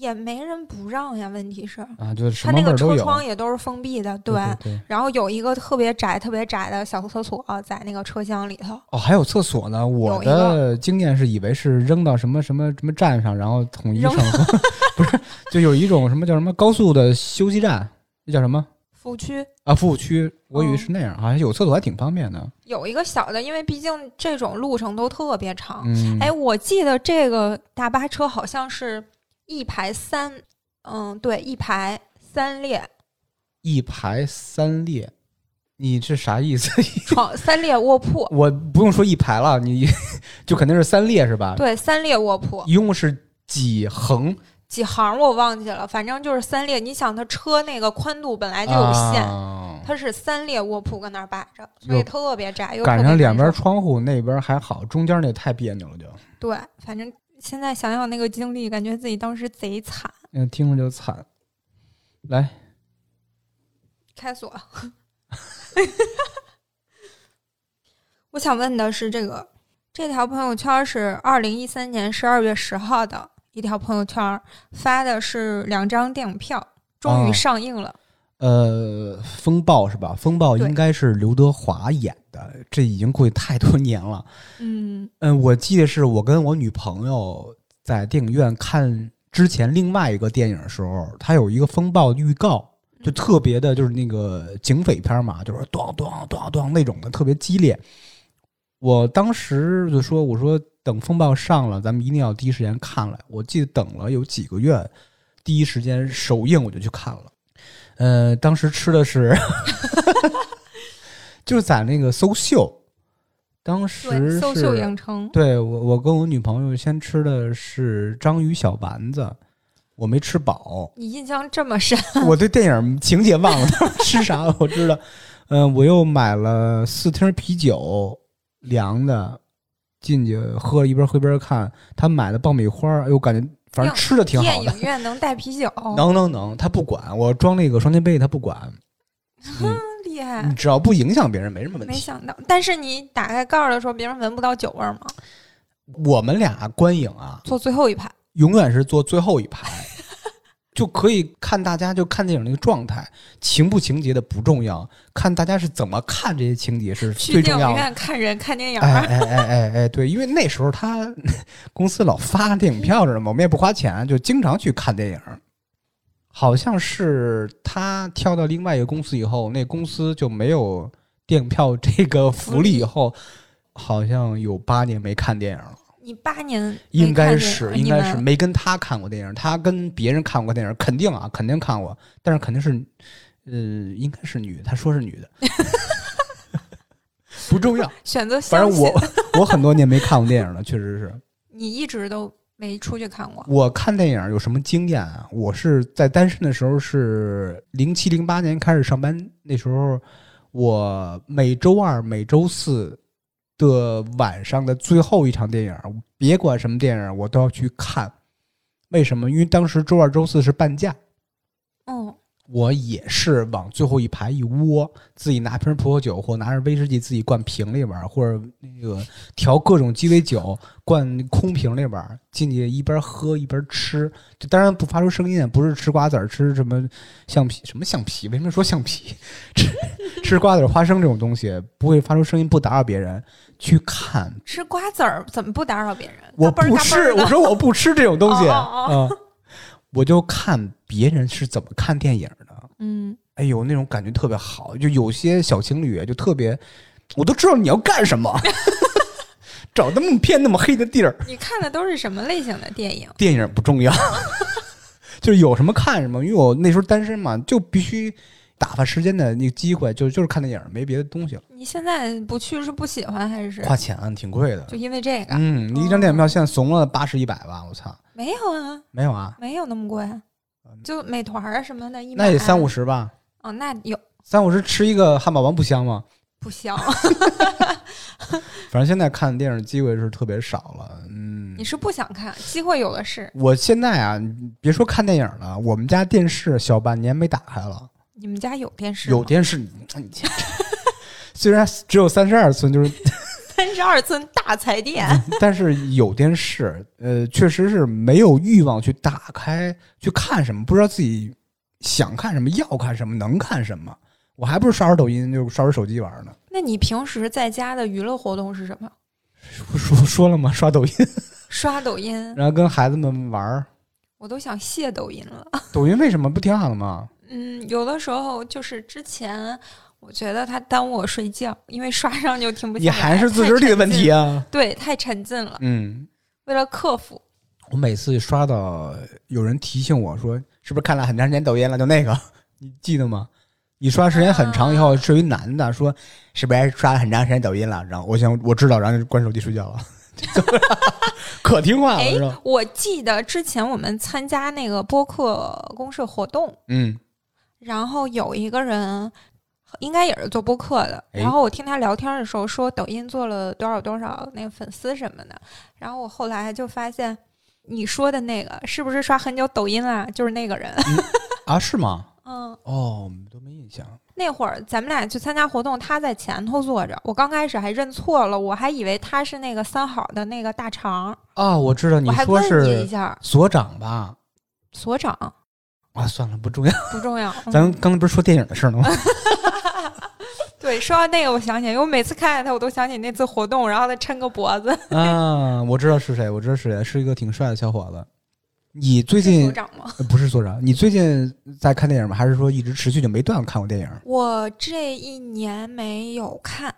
[SPEAKER 1] 也没人不让呀。问题是，
[SPEAKER 2] 啊，就是什
[SPEAKER 1] 它
[SPEAKER 2] 么
[SPEAKER 1] 那
[SPEAKER 2] 味
[SPEAKER 1] 个
[SPEAKER 2] 儿都
[SPEAKER 1] 车
[SPEAKER 2] 有。
[SPEAKER 1] 窗也都是封闭的，
[SPEAKER 2] 对对
[SPEAKER 1] 然后有一个特别窄、特别窄的小厕所、在那个车厢里头，
[SPEAKER 2] 哦，还有厕所呢。我
[SPEAKER 1] 有一
[SPEAKER 2] 的经验是以为是扔到什么什么什么站上，然后统一上
[SPEAKER 1] 扔
[SPEAKER 2] 锁， 不是，就有一种什么叫什么高速的休息站，那叫什么
[SPEAKER 1] 服务区
[SPEAKER 2] 啊？服务区，我以为
[SPEAKER 1] 嗯
[SPEAKER 2] 是那样，好像有厕所还挺方便的。
[SPEAKER 1] 有一个小的，因为毕竟这种路程都特别长。
[SPEAKER 2] 嗯，
[SPEAKER 1] 哎，我记得这个大巴车好像是一排三，嗯，对，一排三列，
[SPEAKER 2] 一排三列，你是啥意思？
[SPEAKER 1] 床三列卧铺，
[SPEAKER 2] 我不用说一排了，你 就肯定是三列是吧？
[SPEAKER 1] 对，三列卧铺。
[SPEAKER 2] 一共是几横？
[SPEAKER 1] 几行我忘记了，反正就是三列。你想，它车那个宽度本来就有限，
[SPEAKER 2] 啊
[SPEAKER 1] 它是三列卧铺搁那儿摆着，
[SPEAKER 2] 哟
[SPEAKER 1] 所以特别窄，又
[SPEAKER 2] 赶
[SPEAKER 1] 特
[SPEAKER 2] 上
[SPEAKER 1] 别
[SPEAKER 2] 两边
[SPEAKER 1] 难受
[SPEAKER 2] 窗户，那边还好，中间那太别扭了就，
[SPEAKER 1] 对，反正现在想想那个经历，感觉自己当时贼惨。
[SPEAKER 2] 嗯，听着就惨。来，
[SPEAKER 1] 开锁。 我想问的是，这个这条朋友圈是二零一三年十二月十号的一条朋友圈，发的是两张电影票，终于
[SPEAKER 2] 哦
[SPEAKER 1] 上映了。
[SPEAKER 2] 呃，风暴是吧？风暴
[SPEAKER 1] 对
[SPEAKER 2] 应该是刘德华演的，这已经过去太多年了。
[SPEAKER 1] 嗯，
[SPEAKER 2] 嗯，我记得是我跟我女朋友在电影院看之前另外一个电影的时候，它有一个风暴预告，就特别的，就是那个警匪片嘛，就是咚咚咚咚那种的，特别激烈。我当时就说：“我说等风暴上了，咱们一定要第一时间看了。”我记得等了有几个月，第一时间首映我就去看了。呃，当时吃的是，就是在那个搜秀，当时
[SPEAKER 1] 对，搜秀
[SPEAKER 2] 是
[SPEAKER 1] 影城。，
[SPEAKER 2] 对我，我跟我女朋友先吃的是章鱼小丸子，我没吃饱
[SPEAKER 1] 你印象这么深，
[SPEAKER 2] 我对电影情节忘 了吃啥了，我知道。嗯、我又买了四听啤酒，凉的，进去喝了一边喝一边看。他买的爆米花，哎呦，感觉反正
[SPEAKER 1] 亮
[SPEAKER 2] 吃的 挺
[SPEAKER 1] 电
[SPEAKER 2] 好的，
[SPEAKER 1] 影院能带啤酒，
[SPEAKER 2] 能能能，他不管我装那个双肩背，他不管。 嗯
[SPEAKER 1] 厉害。
[SPEAKER 2] 你只要不影响别人，没什么问
[SPEAKER 1] 没
[SPEAKER 2] 题。
[SPEAKER 1] 想到，但是你打开盖儿的时候，别人闻不到酒味儿吗？
[SPEAKER 2] 我们俩观影啊，
[SPEAKER 1] 坐最后一排，
[SPEAKER 2] 永远是坐最后一排， 就可以看大家就看电影那个状态，情不情节的不重要，看大家是怎么看这些情节是
[SPEAKER 1] 去
[SPEAKER 2] 最
[SPEAKER 1] 电影
[SPEAKER 2] 重要的。
[SPEAKER 1] 院看人看电影
[SPEAKER 2] 哎
[SPEAKER 1] 儿，
[SPEAKER 2] 哎哎哎哎，对，因为那时候他公司老发电影票着嘛，我们也不花钱，就经常去看电影。好像是他跳到另外一个公司以后，那公司就没有电影票这个福利，以后好像有八年没看电影了。
[SPEAKER 1] 你八年没
[SPEAKER 2] 应该
[SPEAKER 1] 看见
[SPEAKER 2] 是
[SPEAKER 1] 呃
[SPEAKER 2] 应
[SPEAKER 1] 你
[SPEAKER 2] 该
[SPEAKER 1] 们
[SPEAKER 2] 是没跟他看过电影，他跟别人看过电影，肯定啊，肯定看过，但是肯定是，呃，应该是女的，他说是女的， 不重要，
[SPEAKER 1] 选择
[SPEAKER 2] 反
[SPEAKER 1] 相
[SPEAKER 2] 正
[SPEAKER 1] 信
[SPEAKER 2] 我 我很多年没看过电影了，确实是
[SPEAKER 1] 你一直都没出去看过，
[SPEAKER 2] 我看电影有什么经验啊？我是在单身的时候是零七零八年开始上班，那时候我每周二、每周四的晚上的最后一场电影，别管什么电影，我都要去看。为什么？因为当时周二、周四是半价，
[SPEAKER 1] 嗯，
[SPEAKER 2] 我也是往最后一排一窝，自己拿瓶葡萄酒或拿着威士忌自己灌瓶里边儿，或者那个调各种鸡尾酒灌空瓶里边儿，进去一边喝一边吃。这当然不发出声音，不是吃瓜子儿，吃什么橡皮什么橡皮？为什么说橡皮？ 吃吃瓜子儿、花生这种东西不会发出声音，不打扰别人。去看，
[SPEAKER 1] 吃瓜子儿怎么不打扰别人？
[SPEAKER 2] 我
[SPEAKER 1] 嘎嘣儿
[SPEAKER 2] 不
[SPEAKER 1] 嘎嘣儿
[SPEAKER 2] 吃，
[SPEAKER 1] 的
[SPEAKER 2] 我说我不吃这种东西。
[SPEAKER 1] 哦
[SPEAKER 2] 嗯，我就看别人是怎么看电影的。
[SPEAKER 1] 嗯，
[SPEAKER 2] 哎呦，那种感觉特别好。就有些小情侣就特别，我都知道你要干什么， 找那么偏那么黑的地儿，
[SPEAKER 1] 你看的都是什么类型的电影？
[SPEAKER 2] 电影不重要， 就是有什么看什么。因为我那时候单身嘛，就必须打发时间的那个机会，就就是看电影，没别的东西了。
[SPEAKER 1] 你现在不去是不喜欢还是
[SPEAKER 2] 花钱啊，挺贵的
[SPEAKER 1] 就。因为这个？
[SPEAKER 2] 嗯，你一张电影票现在怂了八十一百吧，我操，
[SPEAKER 1] 没有啊，
[SPEAKER 2] 没有啊，
[SPEAKER 1] 没有那么贵，就美团儿啊什么的，一
[SPEAKER 2] 嗯那也三五
[SPEAKER 1] 十
[SPEAKER 2] 十吧，
[SPEAKER 1] 哦，那有
[SPEAKER 2] 三五十吃一个汉堡王不香吗？
[SPEAKER 1] 不 香。
[SPEAKER 2] 反正现在看电影机会是特别少了，嗯，
[SPEAKER 1] 你是不想看，机会有的是。
[SPEAKER 2] 我现在啊，你别说看电影了，我们家电视小半年没打开了。
[SPEAKER 1] 你们家有电视吗？
[SPEAKER 2] 有电视，你你 虽然只有三十二寸，就是，
[SPEAKER 1] 三十二寸大彩电，
[SPEAKER 2] 但是有电视，呃，确实是没有欲望去打开去看什么，不知道自己想看什么、要看什么、能看什么。我还不是刷刷抖音，就刷刷手机玩呢。
[SPEAKER 1] 那你平时在家的娱乐活动是什么？
[SPEAKER 2] 说说说了吗？刷抖音，
[SPEAKER 1] 刷抖音，
[SPEAKER 2] 然后跟孩子们玩儿。
[SPEAKER 1] 我都想卸抖音了。
[SPEAKER 2] 抖音为什么不挺好的吗？
[SPEAKER 1] 嗯，有的时候就是之前我觉得它耽误我睡觉，因为刷上就停不下
[SPEAKER 2] 也
[SPEAKER 1] 来。
[SPEAKER 2] 还是自
[SPEAKER 1] 太
[SPEAKER 2] 制力的
[SPEAKER 1] 沉
[SPEAKER 2] 问
[SPEAKER 1] 浸
[SPEAKER 2] 题啊。
[SPEAKER 1] 对，太沉浸了。
[SPEAKER 2] 嗯，
[SPEAKER 1] 为了克服，
[SPEAKER 2] 我每次刷到有人提醒我说，是不是看了很长时间抖音了？就那个， 你记得吗？你刷时间很长以
[SPEAKER 1] 啊
[SPEAKER 2] 后，是一男的说，是不是刷了很长时间抖音了？然后我想我知道，然后就关手机睡觉了， 可听话了
[SPEAKER 1] 哎
[SPEAKER 2] 是吧？
[SPEAKER 1] 我记得之前我们参加那个播客公社活动，
[SPEAKER 2] 嗯，
[SPEAKER 1] 然后有一个人应该也是做播客的，
[SPEAKER 2] 哎
[SPEAKER 1] 然后我听他聊天的时候说抖音做了多少多少那个粉丝什么的，然后我后来就发现你说的那个是不是刷很久抖音啦、就是那个人，
[SPEAKER 2] 啊是吗？
[SPEAKER 1] 嗯，
[SPEAKER 2] 哦，我们都没印象。
[SPEAKER 1] 那会儿咱们俩去参加活动，他在前头坐着，我刚开始还认错了，我还以为他是那个三好的那个大肠，
[SPEAKER 2] 啊，我知道你
[SPEAKER 1] 我还
[SPEAKER 2] 说
[SPEAKER 1] 问你一
[SPEAKER 2] 是
[SPEAKER 1] 下，
[SPEAKER 2] 所长吧？
[SPEAKER 1] 所长
[SPEAKER 2] 啊，算了，不重要。
[SPEAKER 1] 不重要，嗯
[SPEAKER 2] 咱们刚才不是说电影的事儿 了吗？
[SPEAKER 1] 对，说到那个，我想起来，因为我每次看见他，我都想起那次活动，然后他抻个脖子，
[SPEAKER 2] 啊，我知道是谁，我知道是谁，是一个挺帅的小伙子。你最
[SPEAKER 1] 是
[SPEAKER 2] 近
[SPEAKER 1] 所长吗？
[SPEAKER 2] 呃不是作者，你最近在看电影吗？还是说一直持续就没断看过电影？
[SPEAKER 1] 我这一年没有看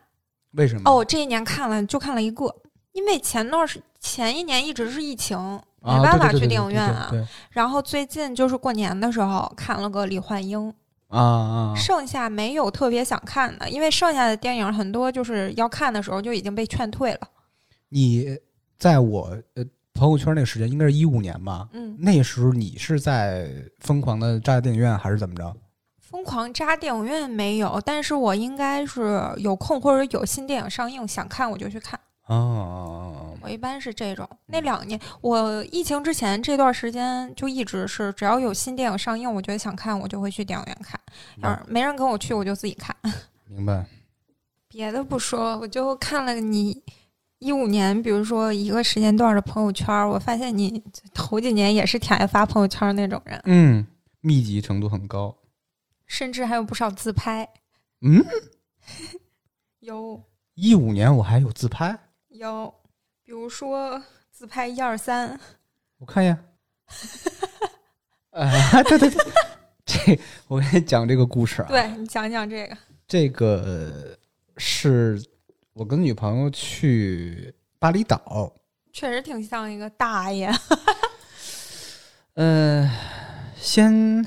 [SPEAKER 2] 为什么？
[SPEAKER 1] 哦，我这一年看了就看了一个，因为前段时前一年一直是疫情，没
[SPEAKER 2] 啊，
[SPEAKER 1] 办法去
[SPEAKER 2] 对对对对
[SPEAKER 1] 电影院啊。
[SPEAKER 2] 对对对
[SPEAKER 1] 然后最近就是过年的时候看了个李焕英，
[SPEAKER 2] 啊啊，
[SPEAKER 1] 剩下没有特别想看的，因为剩下的电影很多就是要看的时候就已经被劝退了。
[SPEAKER 2] 你在我呃朋友圈那个时间应该是一五年吧？
[SPEAKER 1] 嗯，
[SPEAKER 2] 那时候你是在疯狂的扎电影院还是怎么着？
[SPEAKER 1] 疯狂扎电影院没有，但是我应该是有空或者有新电影上映想看我就去看。
[SPEAKER 2] 哦，
[SPEAKER 1] 我一般是这种，那两年我疫情之前这段时间就一直是，只要有新电影上映，我觉得想看，我就会去电影院看；要是没人跟我去，我就自己看。
[SPEAKER 2] 明白。
[SPEAKER 1] 别的不说，我就看了你一五年，比如说一个时间段的朋友圈儿，我发现你头几年也是挺爱发朋友圈儿那种人，
[SPEAKER 2] 嗯，密集程度很高。
[SPEAKER 1] 甚至还有不少自拍。
[SPEAKER 2] 嗯，
[SPEAKER 1] 有
[SPEAKER 2] 一五年我还有自拍，
[SPEAKER 1] 有，比如说自拍一二三，
[SPEAKER 2] 我看一眼。 啊，对对对，这我跟你讲这个故事啊。
[SPEAKER 1] 对你讲讲这个，
[SPEAKER 2] 这个呃是我跟女朋友去巴厘岛
[SPEAKER 1] 确实挺像一个大爷。
[SPEAKER 2] 呃，先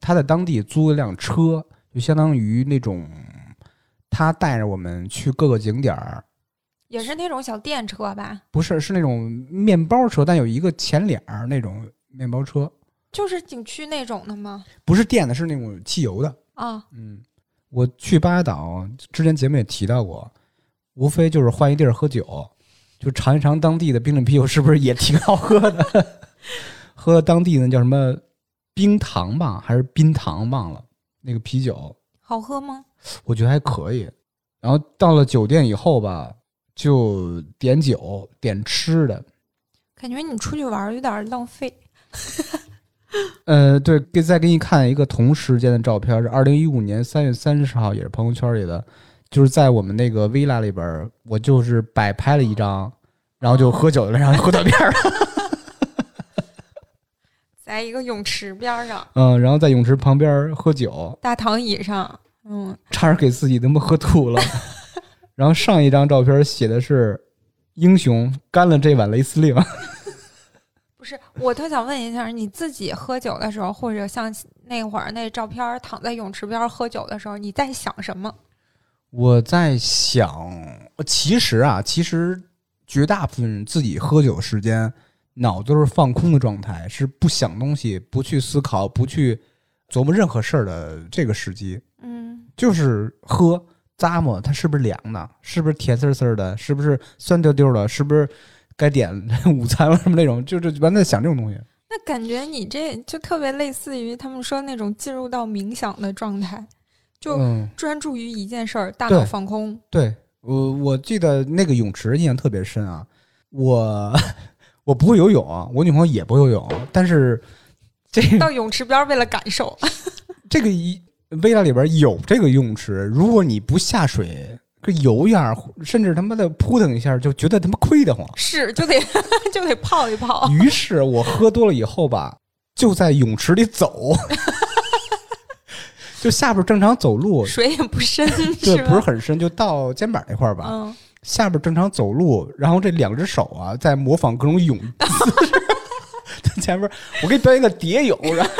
[SPEAKER 2] 他在当地租了辆车，就相当于那种他带着我们去各个景点儿，
[SPEAKER 1] 也是那种小电车吧，
[SPEAKER 2] 不是是那种面包车，但有一个前脸儿那种面包车，
[SPEAKER 1] 就是景区那种的吗？
[SPEAKER 2] 不是电的，是那种汽油的。
[SPEAKER 1] 啊，
[SPEAKER 2] 嗯，我去巴厘岛之前节目也提到过，无非就是换一地儿喝酒，就尝一尝当地的冰镇啤酒是不是也挺好喝的？ 喝当地那叫什么冰糖吧，还是冰糖忘了那个啤酒，
[SPEAKER 1] 好喝吗？
[SPEAKER 2] 我觉得还可以。然后到了酒店以后吧，就点酒点吃的，
[SPEAKER 1] 感觉你出去玩儿有点儿浪费。
[SPEAKER 2] 呃，对，给再给你看一个同时间的照片，是二零一五年三月三十号，也是朋友圈里的，就是在我们那个 villa 里边儿，我就是摆拍了一张，然后就喝酒了，然后喝断片儿了，
[SPEAKER 1] 在一个泳池边儿上，
[SPEAKER 2] 嗯，然后在泳池旁边儿喝酒，
[SPEAKER 1] 大躺椅上，嗯，
[SPEAKER 2] 差点给自己他妈喝吐了。 然后上一张照片写的是“英雄干了这碗雷司令
[SPEAKER 1] 不是，我特想问一下，你自己喝酒的时候，或者像那会儿那照片儿躺在泳池边儿喝酒的时候，你在想什么？”，
[SPEAKER 2] 我在想，其实啊，其实绝大部分自己喝酒时间，脑子都是放空的状态，是不想东西，不去思考，不去琢磨任何事儿的这个时机，
[SPEAKER 1] 嗯，
[SPEAKER 2] 就是喝咂摸它是不是凉的，是不是甜丝丝儿的，是不是酸溜溜的，是不是该点 午餐了什么那种，就是完全在想这种东西。
[SPEAKER 1] 那感觉你这就特别类似于他们说那种进入到冥想的状态，就
[SPEAKER 2] 嗯，
[SPEAKER 1] 专注于一件事儿，大
[SPEAKER 2] 对
[SPEAKER 1] 脑放 空。
[SPEAKER 2] 对我我记得那个泳池印象特别深啊，我 我不会游泳啊，我女朋友也不会游泳，啊但是这
[SPEAKER 1] 到泳池边儿为了感受，
[SPEAKER 2] 这个一 villa 里边有这个游泳池，如果你不下水。这游一下，甚至他妈的扑腾一下，就觉得他妈亏得慌。
[SPEAKER 1] 是就得就得泡一泡。
[SPEAKER 2] 于是我喝多了以后吧，就在泳池里走，就下边正常走路，
[SPEAKER 1] 水也不深，
[SPEAKER 2] 对，
[SPEAKER 1] 是吧？
[SPEAKER 2] 不是很深，就到肩膀那块儿吧。
[SPEAKER 1] 嗯，
[SPEAKER 2] 下边正常走路，然后这两只手啊在模仿各种泳姿势。 在前面，我给你表演个蝶泳，然后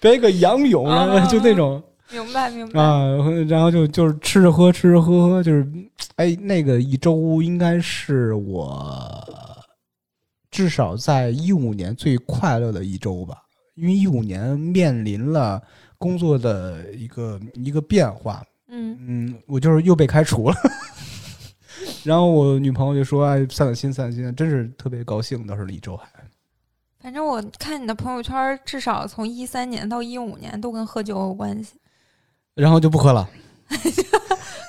[SPEAKER 2] 表演个仰泳，然后就那种
[SPEAKER 1] 明白明白。
[SPEAKER 2] 啊，然后就就是吃着喝，吃着喝喝，就是哎，那个一周应该是我至少在一五年最快乐的一周吧，因为一五年面临了工作的一个一个变化，
[SPEAKER 1] 嗯，
[SPEAKER 2] 嗯，我就是又被开除了。 然后我女朋友就说：“哎，散散心，散散心。”真是特别高兴，倒是一周还。
[SPEAKER 1] 反正我看你的朋友圈儿，至少从一三年到一五年都跟喝酒有关系，
[SPEAKER 2] 然后就不喝了。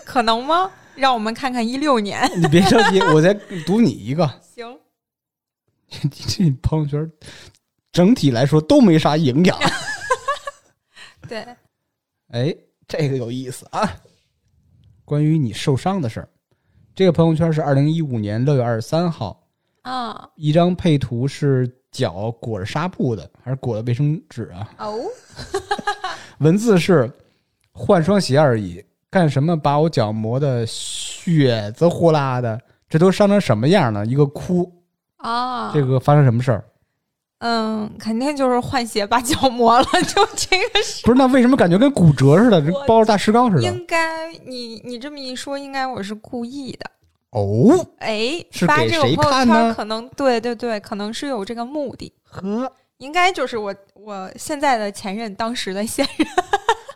[SPEAKER 1] 可能吗？让我们看看一六年。
[SPEAKER 2] 你别着急，我再读你一个。
[SPEAKER 1] 行，
[SPEAKER 2] 你这朋友圈整体来说都没啥营养。
[SPEAKER 1] 对，
[SPEAKER 2] 哎，这个有意思啊！关于你受伤的事儿，这个朋友圈是二零一五年六月二十三号，
[SPEAKER 1] 啊，
[SPEAKER 2] 一张配图是脚裹着纱布的，还是裹着卫生纸啊？
[SPEAKER 1] 哦，
[SPEAKER 2] 文字是换双鞋而已，干什么把我脚磨得血滋呼啦的？这都伤成什么样了？一个哭，
[SPEAKER 1] 啊，
[SPEAKER 2] 这个发生什么事儿？
[SPEAKER 1] 嗯，肯定就是换鞋把脚磨了，就这个是。
[SPEAKER 2] 不是，那为什么感觉跟骨折似的，这
[SPEAKER 1] 我
[SPEAKER 2] 包着大石膏似的？
[SPEAKER 1] 应该你你这么一说，应该我是故意的。
[SPEAKER 2] 哦，
[SPEAKER 1] 哎，
[SPEAKER 2] 是
[SPEAKER 1] 发
[SPEAKER 2] 给
[SPEAKER 1] 这种
[SPEAKER 2] 谁
[SPEAKER 1] 朋友
[SPEAKER 2] 看
[SPEAKER 1] 圈
[SPEAKER 2] 呢
[SPEAKER 1] 儿可能对对对，可能是有这个目的，
[SPEAKER 2] 呵，
[SPEAKER 1] 应该就是我我现在的前任当时的现任。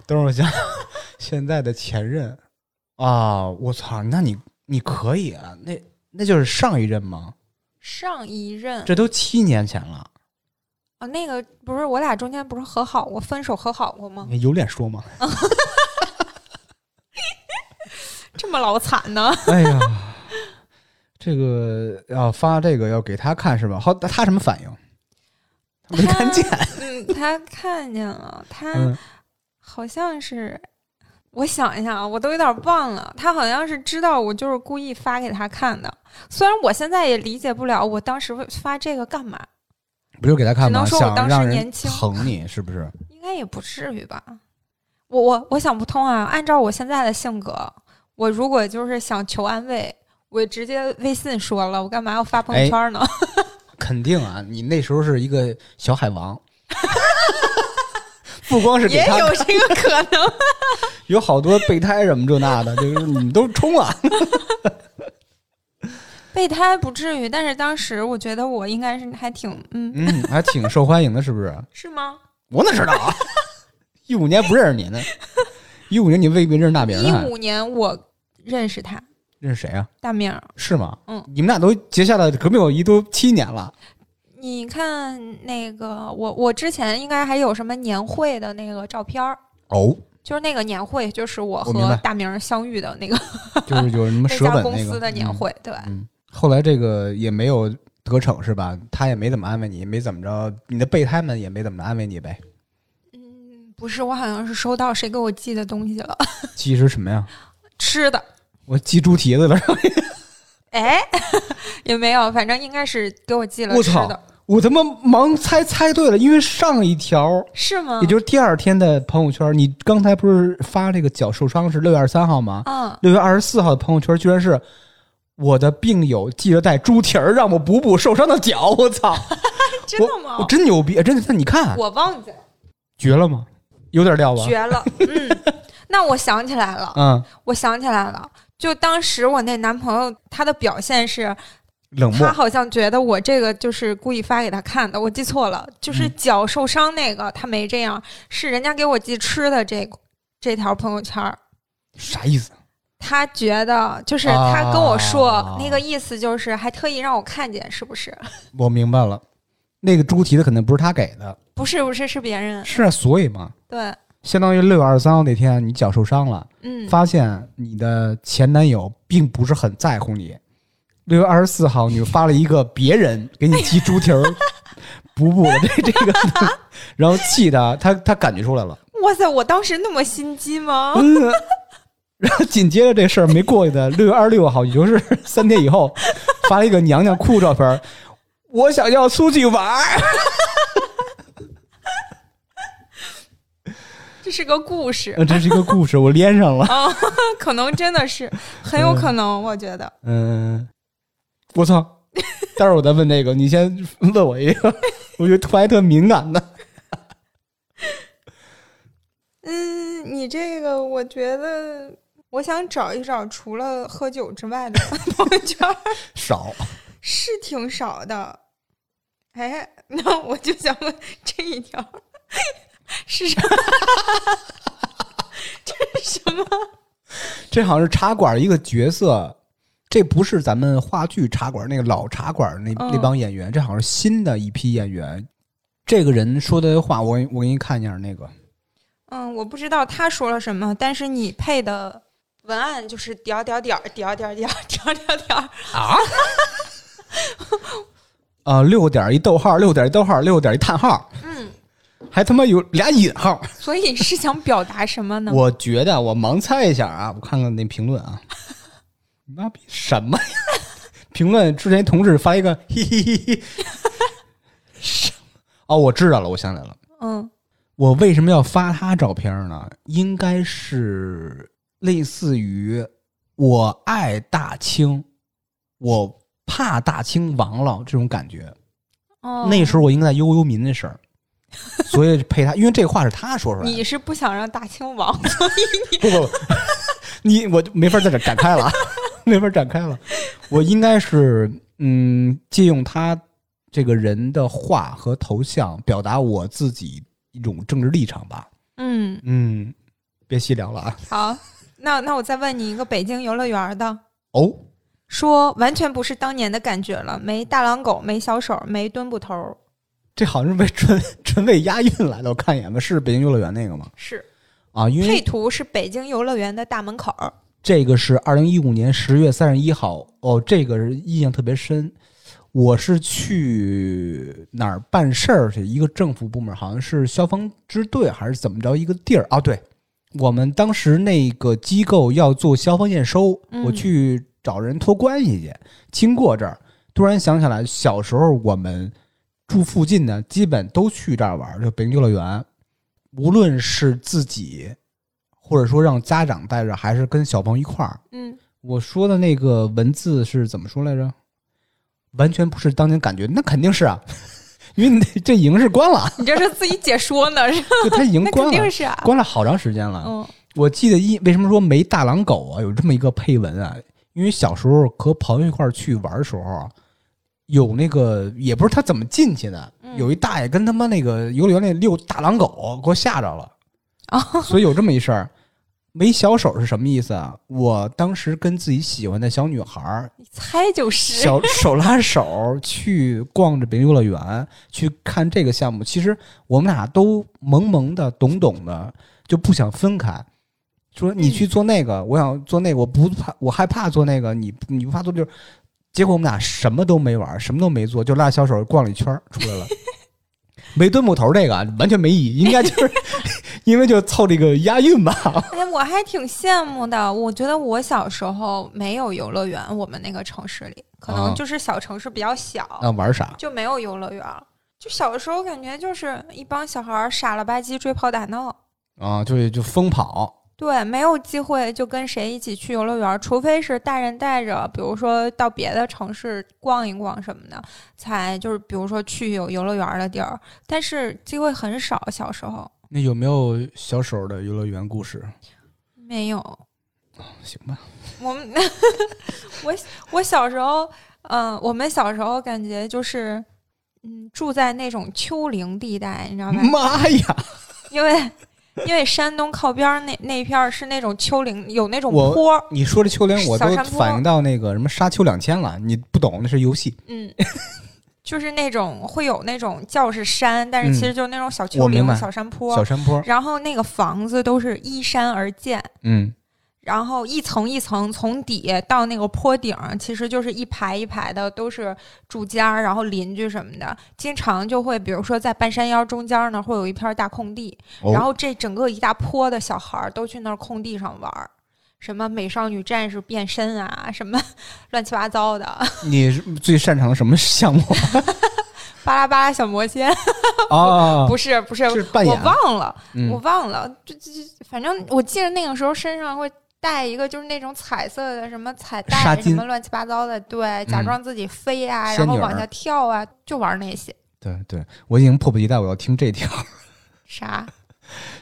[SPEAKER 2] 等会儿我想，现在的前任啊，我操，那你你可以啊，那那就是上一任吗？
[SPEAKER 1] 上一任
[SPEAKER 2] 这都七年前了，
[SPEAKER 1] 啊，那个不是我俩中间不是和好过，分手和好过吗？
[SPEAKER 2] 你有脸说吗？
[SPEAKER 1] 这么老惨呢？
[SPEAKER 2] 哎呀，这个要发这个要给他看是吧？好，他他什么反应？他没看见。
[SPEAKER 1] 嗯，他看见了，他
[SPEAKER 2] 嗯，
[SPEAKER 1] 好像是，我想一下啊，我都有点忘了，他好像是知道我就是故意发给他看的。虽然我现在也理解不了我当时为发这个干嘛，
[SPEAKER 2] 不就给他看
[SPEAKER 1] 只
[SPEAKER 2] 吗？
[SPEAKER 1] 能说我
[SPEAKER 2] 想
[SPEAKER 1] 当时
[SPEAKER 2] 让人
[SPEAKER 1] 年轻
[SPEAKER 2] 疼你是不是？
[SPEAKER 1] 应该也不至于吧？我我我想不通啊！按照我现在的性格，我如果就是想求安慰，我直接微信说了，我干嘛要发
[SPEAKER 2] 哎
[SPEAKER 1] 朋友圈呢？
[SPEAKER 2] 肯定啊，你那时候是一个小海 王，不光是给
[SPEAKER 1] 也
[SPEAKER 2] 他
[SPEAKER 1] 有这个可能。
[SPEAKER 2] 有好多备胎什么这那的，就是你们都冲了。
[SPEAKER 1] 备胎不至于，但是当时我觉得我应该是还挺嗯，
[SPEAKER 2] 嗯，还挺受欢迎的，是不是？
[SPEAKER 1] 是吗？
[SPEAKER 2] 我哪知道 啊？一五年不认识你呢，一五年你未必认识大明
[SPEAKER 1] 一
[SPEAKER 2] 呢，还
[SPEAKER 1] 五年我认识他，
[SPEAKER 2] 认识谁啊？
[SPEAKER 1] 大明儿。
[SPEAKER 2] 是吗？
[SPEAKER 1] 嗯，
[SPEAKER 2] 你们俩都结下了革命友谊都七年了，
[SPEAKER 1] 你看那个，我我之前应该还有什么年会的那个照片儿，
[SPEAKER 2] 哦，
[SPEAKER 1] 就是那个年会，就是我
[SPEAKER 2] 我明白
[SPEAKER 1] 和大明儿相遇的那个
[SPEAKER 2] 就是有什么
[SPEAKER 1] 那
[SPEAKER 2] 舍
[SPEAKER 1] 家
[SPEAKER 2] 本
[SPEAKER 1] 公
[SPEAKER 2] 那
[SPEAKER 1] 司
[SPEAKER 2] 个
[SPEAKER 1] 的年会，对。
[SPEAKER 2] 嗯。嗯后来这个也没有得逞是吧？他也没怎么安慰你，也没怎么着，你的备胎们也没怎么安慰你呗。
[SPEAKER 1] 嗯，不是，我好像是收到谁给我寄的东西了，
[SPEAKER 2] 其实什么呀？
[SPEAKER 1] 吃的。
[SPEAKER 2] 我寄猪蹄子了，
[SPEAKER 1] 哎， 也没有，反正应该是给我寄了
[SPEAKER 2] 我
[SPEAKER 1] 吃
[SPEAKER 2] 操
[SPEAKER 1] 的，
[SPEAKER 2] 我他妈盲猜猜对了，因为上一条
[SPEAKER 1] 是吗？
[SPEAKER 2] 也就是第二天的朋友圈，你刚才不是发这个脚受伤是六月二十三号吗？
[SPEAKER 1] 嗯，
[SPEAKER 2] 六月二十四号的朋友圈居然是我的病友记得带猪蹄儿让我补补受伤的脚，我操！
[SPEAKER 1] 真的吗？
[SPEAKER 2] 我哦真牛逼，哎真的，那你看
[SPEAKER 1] 我忘记了，
[SPEAKER 2] 绝了吗？有点料吧？
[SPEAKER 1] 绝了。嗯，那我想起来了，
[SPEAKER 2] 嗯，
[SPEAKER 1] 我想起来了，就当时我那男朋友他的表现是，
[SPEAKER 2] 冷漠
[SPEAKER 1] 他。好像觉得我这个就是故意发给他看的，我记错了，就是
[SPEAKER 2] 嗯
[SPEAKER 1] 脚受伤那个、他没这样，是人家给我寄吃的这个这条朋友圈儿。
[SPEAKER 2] 啥意思？
[SPEAKER 1] 他觉得就是他跟我说、
[SPEAKER 2] 啊
[SPEAKER 1] 那个意思，就是还特意让我看见，是不是？
[SPEAKER 2] 我明白了，那个猪蹄子肯定不是他给的，
[SPEAKER 1] 不是，不是，是别人。
[SPEAKER 2] 是啊，所以嘛，
[SPEAKER 1] 对，
[SPEAKER 2] 相当于六月二十三号那天你脚受伤了，
[SPEAKER 1] 嗯，
[SPEAKER 2] 发现你的前男友并不是很在乎你。六月二十四号，你又发了一个别 人给你寄猪蹄儿补补的这这个， 然后气的他他感觉出来了，
[SPEAKER 1] 哇塞，我当时那么心机吗？
[SPEAKER 2] 嗯， 然后紧接着这事儿没过去的六月二十六号，也就是三天以后，发了一个娘娘哭照片儿，我想要出去玩儿，
[SPEAKER 1] 这是个故事，
[SPEAKER 2] 呃这是一个故事，我连上了，
[SPEAKER 1] 啊， 可能真的是很有可能，我觉得
[SPEAKER 2] 嗯，我操，待会儿我再问这个，你先问我一个， 我觉得突然特敏感的，
[SPEAKER 1] 嗯，你这个我觉得，我想找一找除了喝酒之外的朋友圈儿
[SPEAKER 2] 少。
[SPEAKER 1] 是挺少的。哎，那我就想问这一条儿是啥？这是什么？
[SPEAKER 2] 这好像是茶馆一个角色，这不是咱们话剧茶馆那个老茶馆那、
[SPEAKER 1] 嗯
[SPEAKER 2] 那帮演员，这好像是新的一批演员。这个人说的话，我给我给你看一下那个，
[SPEAKER 1] 嗯，我不知道他说了什么，但是你配的文案就是点儿点儿点儿点儿点儿点儿点儿点儿点儿，
[SPEAKER 2] 呃，啊六点一逗号，六点一逗号，六点一叹号，
[SPEAKER 1] 嗯，
[SPEAKER 2] 还他妈有俩引号。
[SPEAKER 1] 所以是想表达什么呢？
[SPEAKER 2] 我觉得我盲猜一下啊，我看看那评论啊，你妈逼什么呀？评论之前同事发一个 嘿嘿嘿嘿，什么哦，我知道了，我想起来了。
[SPEAKER 1] 嗯
[SPEAKER 2] 我为什么要发他照片呢？应该是类似于我爱大清，我怕大清亡了这种感觉。
[SPEAKER 1] 哦，
[SPEAKER 2] 那时候我应该在悠悠民那 事儿，所以配他，因为这话是他说出来
[SPEAKER 1] 你
[SPEAKER 2] 的。
[SPEAKER 1] 是不想让大清亡？
[SPEAKER 2] 不不，不 你我就没法在这展开了 啊，没法展开了。我应该是嗯，借用他这个人的话和头像，表达我自己一种政治立场吧。
[SPEAKER 1] 嗯，
[SPEAKER 2] 嗯，别细聊了啊。
[SPEAKER 1] 好，那那我再问你一个北京游乐园儿的，
[SPEAKER 2] 哦，
[SPEAKER 1] 说完全不是当年的感觉了，没大狼狗，没小手，没墩布头儿，
[SPEAKER 2] 这好像是为 纯纯为押韵来的，我看一眼吧，是北京游乐园那个吗？
[SPEAKER 1] 是
[SPEAKER 2] 啊，因
[SPEAKER 1] 配
[SPEAKER 2] 为
[SPEAKER 1] 图是北京游乐园的大门口儿。
[SPEAKER 2] 这个是二零一五年十月三十一号，哦，这个是印象特别深。我是去哪儿办事儿去？一个政府部门，好像是消防支队还是怎么着一个地儿啊？对，我们当时那个机构要做消防验收，
[SPEAKER 1] 嗯
[SPEAKER 2] 我去找人托关系去，经过这儿，突然想起来，小时候我们住附近呢，基本都去这儿玩儿，就北京游乐园，无论是自己，或者说让家长带着，还是跟小朋友一块儿，
[SPEAKER 1] 嗯
[SPEAKER 2] 我说的那个文字是怎么说来着？完全不是当年感觉，那肯定是啊， 因为你这这营是 关了，
[SPEAKER 1] 你这是自己解说 呢？是吧
[SPEAKER 2] 就它营
[SPEAKER 1] 那
[SPEAKER 2] 关
[SPEAKER 1] 肯定
[SPEAKER 2] 了，
[SPEAKER 1] 是啊。
[SPEAKER 2] 关了好长时间了。
[SPEAKER 1] 嗯，
[SPEAKER 2] 我记得一为什么说没大狼狗啊，有这么一个配文啊，因为小时候和朋友一块儿去玩的时候啊，有那个也不是他怎么进去的，
[SPEAKER 1] 嗯
[SPEAKER 2] 有一大爷跟他妈那个游乐园那遛大狼狗，给我吓着了，所以有这么一事儿。没小手是什么意思啊？我当时跟自己喜欢的小女孩儿
[SPEAKER 1] 你猜就是。
[SPEAKER 2] 小手拉手去逛着北京游乐园，去看这个项目。其实我们俩都懵懵的、懂懂的，就不想分开。说你去做那个，我想做那个，我不怕，我害怕做那个，你你不怕做就是。结果我们俩什么都没玩，什么都没做，就拉小手逛了一圈儿出来了。没蹲木头这个啊完全没意义，应该就是 因为就凑这个押韵吧。
[SPEAKER 1] 哎，我还挺羡慕的。我觉得我小时候没有游乐园，我们那个城市里可
[SPEAKER 2] 啊
[SPEAKER 1] 能就是小城市比较小，
[SPEAKER 2] 那啊玩啥？
[SPEAKER 1] 就没有游乐园。就小时候感觉就是一帮小孩儿傻了吧唧追跑打闹，
[SPEAKER 2] 啊，就就疯跑
[SPEAKER 1] 对，没有机会就跟谁一起去游乐园，除非是大人带着，比如说到别的城市逛一逛什么的，才就是比如说去有游乐园的地儿，但是机会很少。小时候
[SPEAKER 2] 那有没有小手的游乐园故事？
[SPEAKER 1] 没有，
[SPEAKER 2] 行吧，
[SPEAKER 1] 我们 我我小时候，嗯、我们小时候感觉就是，嗯，住在那种丘陵地带，你知道吧？
[SPEAKER 2] 妈呀！
[SPEAKER 1] 因为因为山东靠边儿那那片儿是那种丘陵，有那种
[SPEAKER 2] 我
[SPEAKER 1] 坡儿，
[SPEAKER 2] 你说这秋联，我都
[SPEAKER 1] 小山坡
[SPEAKER 2] 反应到那个什么《沙丘两千》了。你不懂，那是游戏。
[SPEAKER 1] 嗯，就是那种会有那种叫是山，但
[SPEAKER 2] 嗯
[SPEAKER 1] 是其实就是那种小丘
[SPEAKER 2] 我明
[SPEAKER 1] 陵、
[SPEAKER 2] 白
[SPEAKER 1] 小山坡
[SPEAKER 2] 小，山坡，
[SPEAKER 1] 然后那个房子都是依山而建。
[SPEAKER 2] 嗯，
[SPEAKER 1] 然后一层一层从底到那个坡顶，其实就是一排一排的，都是住家，然后邻居什么的，经常就会，比如说在半山腰中间呢，会有一片大空地，
[SPEAKER 2] 哦
[SPEAKER 1] 然后这整个一大坡的小孩儿都去那儿空地上玩儿，什么美少女战士变身啊，什么 乱七八糟的，
[SPEAKER 2] 你是最擅长什么项 目
[SPEAKER 1] 巴拉巴拉小魔仙，
[SPEAKER 2] 啊？
[SPEAKER 1] 不是不是，
[SPEAKER 2] 是扮
[SPEAKER 1] 我
[SPEAKER 2] 演，啊
[SPEAKER 1] 忘了，我
[SPEAKER 2] 嗯，
[SPEAKER 1] 忘了，这这这反正我记得那个时候身上会带一个就是那种彩色的什么彩
[SPEAKER 2] 纱
[SPEAKER 1] 带
[SPEAKER 2] 巾
[SPEAKER 1] 什么乱七八糟的，对，假
[SPEAKER 2] 嗯
[SPEAKER 1] 装自己飞啊，
[SPEAKER 2] 仙
[SPEAKER 1] 然后
[SPEAKER 2] 女儿
[SPEAKER 1] 往下跳啊，就玩那些
[SPEAKER 2] 对对，我已经迫不及待，我要听这条。
[SPEAKER 1] 啥。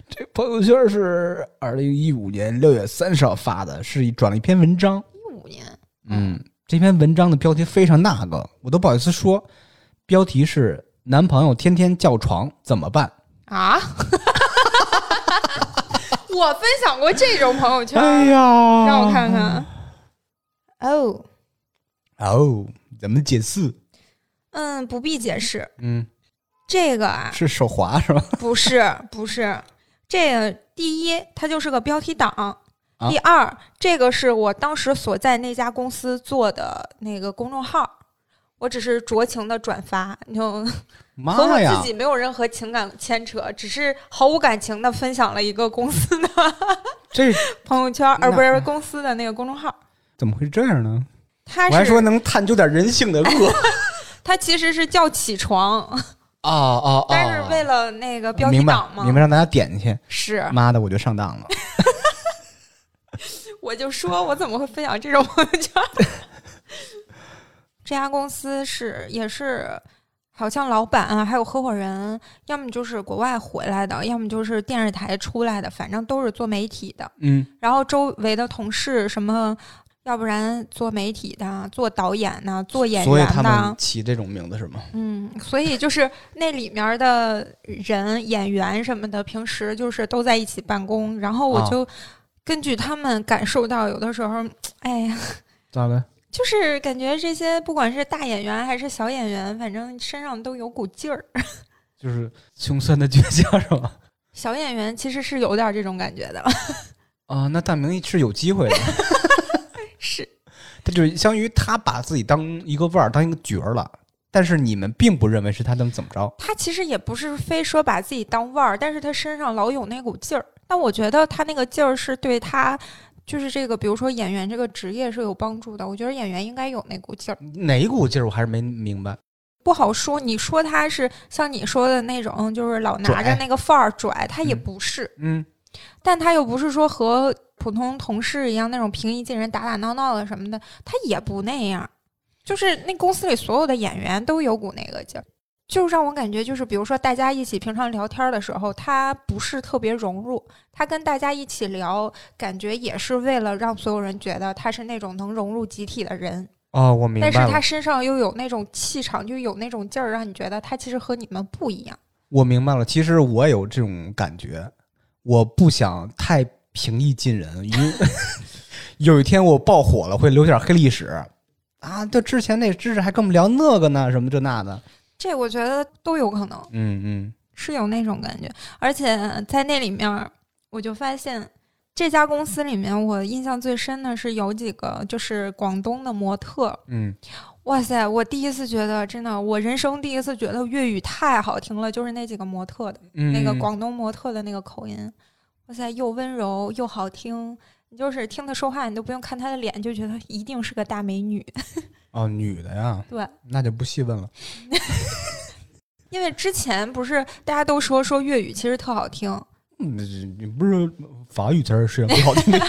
[SPEAKER 2] 这朋友圈是二零一五年六月三十号发的，是一转了一篇文章。
[SPEAKER 1] 一五年，
[SPEAKER 2] 嗯，这篇文章的标题非常那个，我都不好意思说，标题是“男朋友天天叫床怎么办”。
[SPEAKER 1] 啊， 我分享过这种朋友圈，
[SPEAKER 2] 哎嗯呀，
[SPEAKER 1] 让我看啊看。哦，
[SPEAKER 2] 哦，怎么解释？
[SPEAKER 1] 嗯，不必解释，
[SPEAKER 2] 嗯，
[SPEAKER 1] 这个啊，
[SPEAKER 2] 是手滑是吧？
[SPEAKER 1] 不是，不是，这个第一，它就是个标题党。
[SPEAKER 2] 啊
[SPEAKER 1] 第二，这个是我当时所在那家公司做的那个公众号，我只是酌情的转发，就和我
[SPEAKER 2] 妈啊呀
[SPEAKER 1] 自！己没有任何情感牵扯，只是毫无感情的分享了一个公司的
[SPEAKER 2] 这
[SPEAKER 1] 朋友圈，而
[SPEAKER 2] 那
[SPEAKER 1] 不是公司的那个公众号。
[SPEAKER 2] 怎么会这样呢？
[SPEAKER 1] 它
[SPEAKER 2] 我还说
[SPEAKER 1] 是
[SPEAKER 2] 能探究点人性的恶
[SPEAKER 1] 它其实是叫起床，
[SPEAKER 2] 啊啊啊！
[SPEAKER 1] 但是为了那个标题
[SPEAKER 2] 明白
[SPEAKER 1] 党嘛，
[SPEAKER 2] 明白，让大家点进去。
[SPEAKER 1] 是
[SPEAKER 2] 妈的，我就上当了。
[SPEAKER 1] 我就说我怎么会分享这种朋友 圈？这家公司是也是，好像老板啊，还有合伙人，要么就是国外回来的，要么就是电视台出来的，反正都是做媒体的。
[SPEAKER 2] 嗯
[SPEAKER 1] 然后周围的同事什么，要不然做媒体的，做导演的，做演
[SPEAKER 2] 所以
[SPEAKER 1] 员
[SPEAKER 2] 他
[SPEAKER 1] 的
[SPEAKER 2] 们，起这种名字是吗？
[SPEAKER 1] 嗯，所以就是那里面的人、演员什么的，平时就是都在一起办公，然后我
[SPEAKER 2] 啊
[SPEAKER 1] 就根据他们感受到，有的时候，哎呀，
[SPEAKER 2] 咋了？
[SPEAKER 1] 就是感觉这些不管是大演员还是小演员，反正身上都有股劲儿。
[SPEAKER 2] 就是穷酸的倔强是吧？
[SPEAKER 1] 小演员其实是有点这种感觉的，
[SPEAKER 2] 啊，那大明是有机会 的，
[SPEAKER 1] 是
[SPEAKER 2] 他就是相当于他把自己当一个腕儿，当一个角儿了。但是你们并不认为是他能怎么着，
[SPEAKER 1] 他其实也不是非说把自己当腕儿，但是他身上老有那股劲儿。但我觉得他那个劲儿是对他。就是这个，比如说演员这个职业是有帮助的，我觉得演员应该有那股劲儿。
[SPEAKER 2] 哪一股劲儿我还是没明白。
[SPEAKER 1] 不好说。你说他是像你说的那种，就是老拿
[SPEAKER 2] 拽
[SPEAKER 1] 着那个范儿拽，他也
[SPEAKER 2] 嗯
[SPEAKER 1] 不是。
[SPEAKER 2] 嗯，
[SPEAKER 1] 但他又不是说和普通同事一样那种平易近人、打打闹闹的什么的，他也不那样。就是那公司里所有的演员都有股那个劲儿，就让我感觉就是，比如说大家一起平常聊天的时候，他不是特别融入，他跟大家一起聊，感觉也是为了让所有人觉得他是那种能融入集体的人。
[SPEAKER 4] 哦，我明白
[SPEAKER 1] 但
[SPEAKER 4] 了。
[SPEAKER 1] 是他身上又有那种气场，就有那种劲儿，让你觉得他其实和你们不一样。
[SPEAKER 2] 我明白了，其实我有这种感觉，我不想太平易近人，因 为有一天我爆火了会留点黑历史啊。就之前那知识还跟我们聊那个呢，什么这那的，
[SPEAKER 1] 这我觉得都有可能
[SPEAKER 2] 嗯嗯，
[SPEAKER 1] 是有那种感觉，而且在那里面儿，我就发现这家公司里面，我印象最深的是有几个就是广东的模特，
[SPEAKER 2] 嗯，
[SPEAKER 1] 哇塞！我第一次觉得，真的，我人生第一次觉得粤语太好听了，就是那几个模特的、
[SPEAKER 2] 嗯
[SPEAKER 1] 那个广东模特的那个口音，哇塞，又温柔又好听。你就是听她说话，你都不用看她的脸，就觉得一定是个大美女。
[SPEAKER 2] 哦，女的呀，
[SPEAKER 1] 对，
[SPEAKER 2] 那就不细问了。
[SPEAKER 1] 因为之前不是大家都说说粤语其实特好听，
[SPEAKER 2] 嗯，你不是法语才 是世界最好听的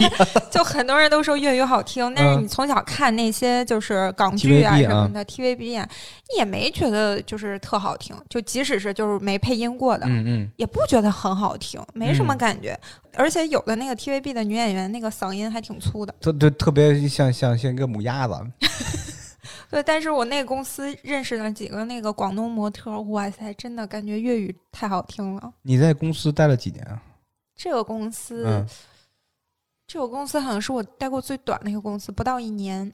[SPEAKER 1] 就很多人都说粤语好听，但
[SPEAKER 2] 嗯
[SPEAKER 1] 是你从小看那些就是港剧啊
[SPEAKER 2] TVB
[SPEAKER 1] 什么的 TVB 啊，你也没觉得就是特好听，就即使是就是没配音过的，
[SPEAKER 2] 嗯嗯，
[SPEAKER 1] 也不觉得很好听，没什么感觉。而且有的那个 TVB 的女演员那个嗓音还挺粗的，
[SPEAKER 2] 特特特别像像像一个母鸭子，
[SPEAKER 1] 对。但是我那个公司认识了几个那个广东模特，哇塞，真的感觉粤语太好听了。
[SPEAKER 2] 你在公司待了几年啊？
[SPEAKER 1] 这个公司，
[SPEAKER 2] 嗯，
[SPEAKER 1] 这个公司好像是我待过最短的一个公司，不到一年。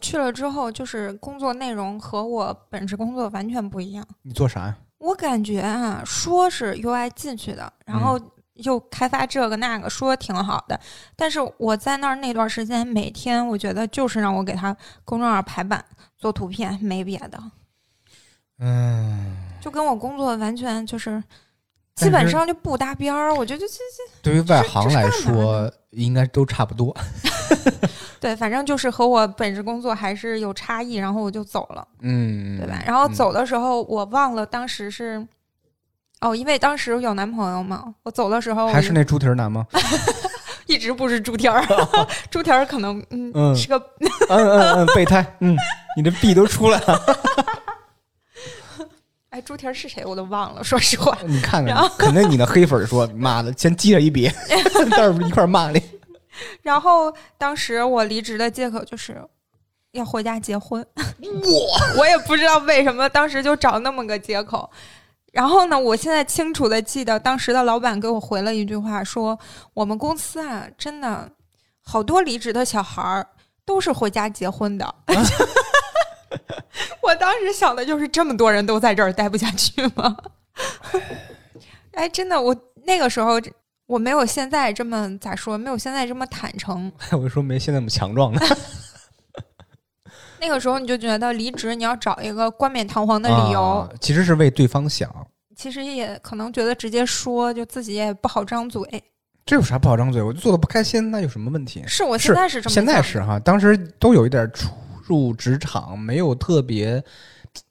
[SPEAKER 1] 去了之后，就是工作内容和我本职工作完全不一样。
[SPEAKER 2] 你做啥呀？
[SPEAKER 1] 我感觉啊，说是 UI 进去的，然后
[SPEAKER 2] 嗯
[SPEAKER 1] 又开发这个那个，说挺好的。但是我在那儿那段时间，每天我觉得就是让我给他公众号排版、做图片，没别的，
[SPEAKER 2] 嗯，
[SPEAKER 1] 就跟我工作完全就是
[SPEAKER 2] 但
[SPEAKER 1] 基
[SPEAKER 2] 是
[SPEAKER 1] 本上就不搭边儿。我觉得这
[SPEAKER 2] 对于外行来
[SPEAKER 1] 这是干嘛
[SPEAKER 2] 说，应该都差不多。
[SPEAKER 1] 对，反正就是和我本职工作还是有差异，然后我就走了。
[SPEAKER 2] 嗯，
[SPEAKER 1] 对吧？然后走的时候，我忘了当时是，哦，因为当时有男朋友嘛，我走的时候
[SPEAKER 2] 嗯
[SPEAKER 1] 我
[SPEAKER 2] 还是
[SPEAKER 1] 就
[SPEAKER 2] 那猪蹄儿男吗？
[SPEAKER 1] 一直不是猪蹄 儿，猪蹄儿可能嗯
[SPEAKER 2] 嗯
[SPEAKER 1] 是个
[SPEAKER 2] 嗯嗯嗯，备胎，嗯，你这 B 都出来了，
[SPEAKER 1] 哎猪蹄儿是谁我都忘了，说实话。
[SPEAKER 2] 你看
[SPEAKER 1] 然后
[SPEAKER 2] 看，肯定你的黑粉说，妈的，先记上 一笔，待会儿一块儿骂你。
[SPEAKER 1] 然后当时我离职的借口就是要回家结婚， 我我也不知道为什么当时就找那么个借口。然后呢，我现在清楚的记得当时的老板给我回了一句话，说我们公司啊，真的好多离职的小孩儿都是回家结婚的。我当时想的就是这么多人都在这儿待不下去吗？ 哎，真的，我那个时候我没有现在这么咋说，没有现在这么坦诚。
[SPEAKER 2] 哎我说没现在那么强壮呢，
[SPEAKER 1] 那个时候你就觉得离职你要找一个冠冕堂皇的理由，
[SPEAKER 2] 啊其实是为对方想，
[SPEAKER 1] 其实也可能觉得直接说就自己也不好张嘴。
[SPEAKER 2] 这有啥不好张嘴？我就做的不开心，那有什么问题？
[SPEAKER 1] 是我现在是这么
[SPEAKER 2] 现在
[SPEAKER 1] 想
[SPEAKER 2] 是哈，当时都有一点初入职场，没有特别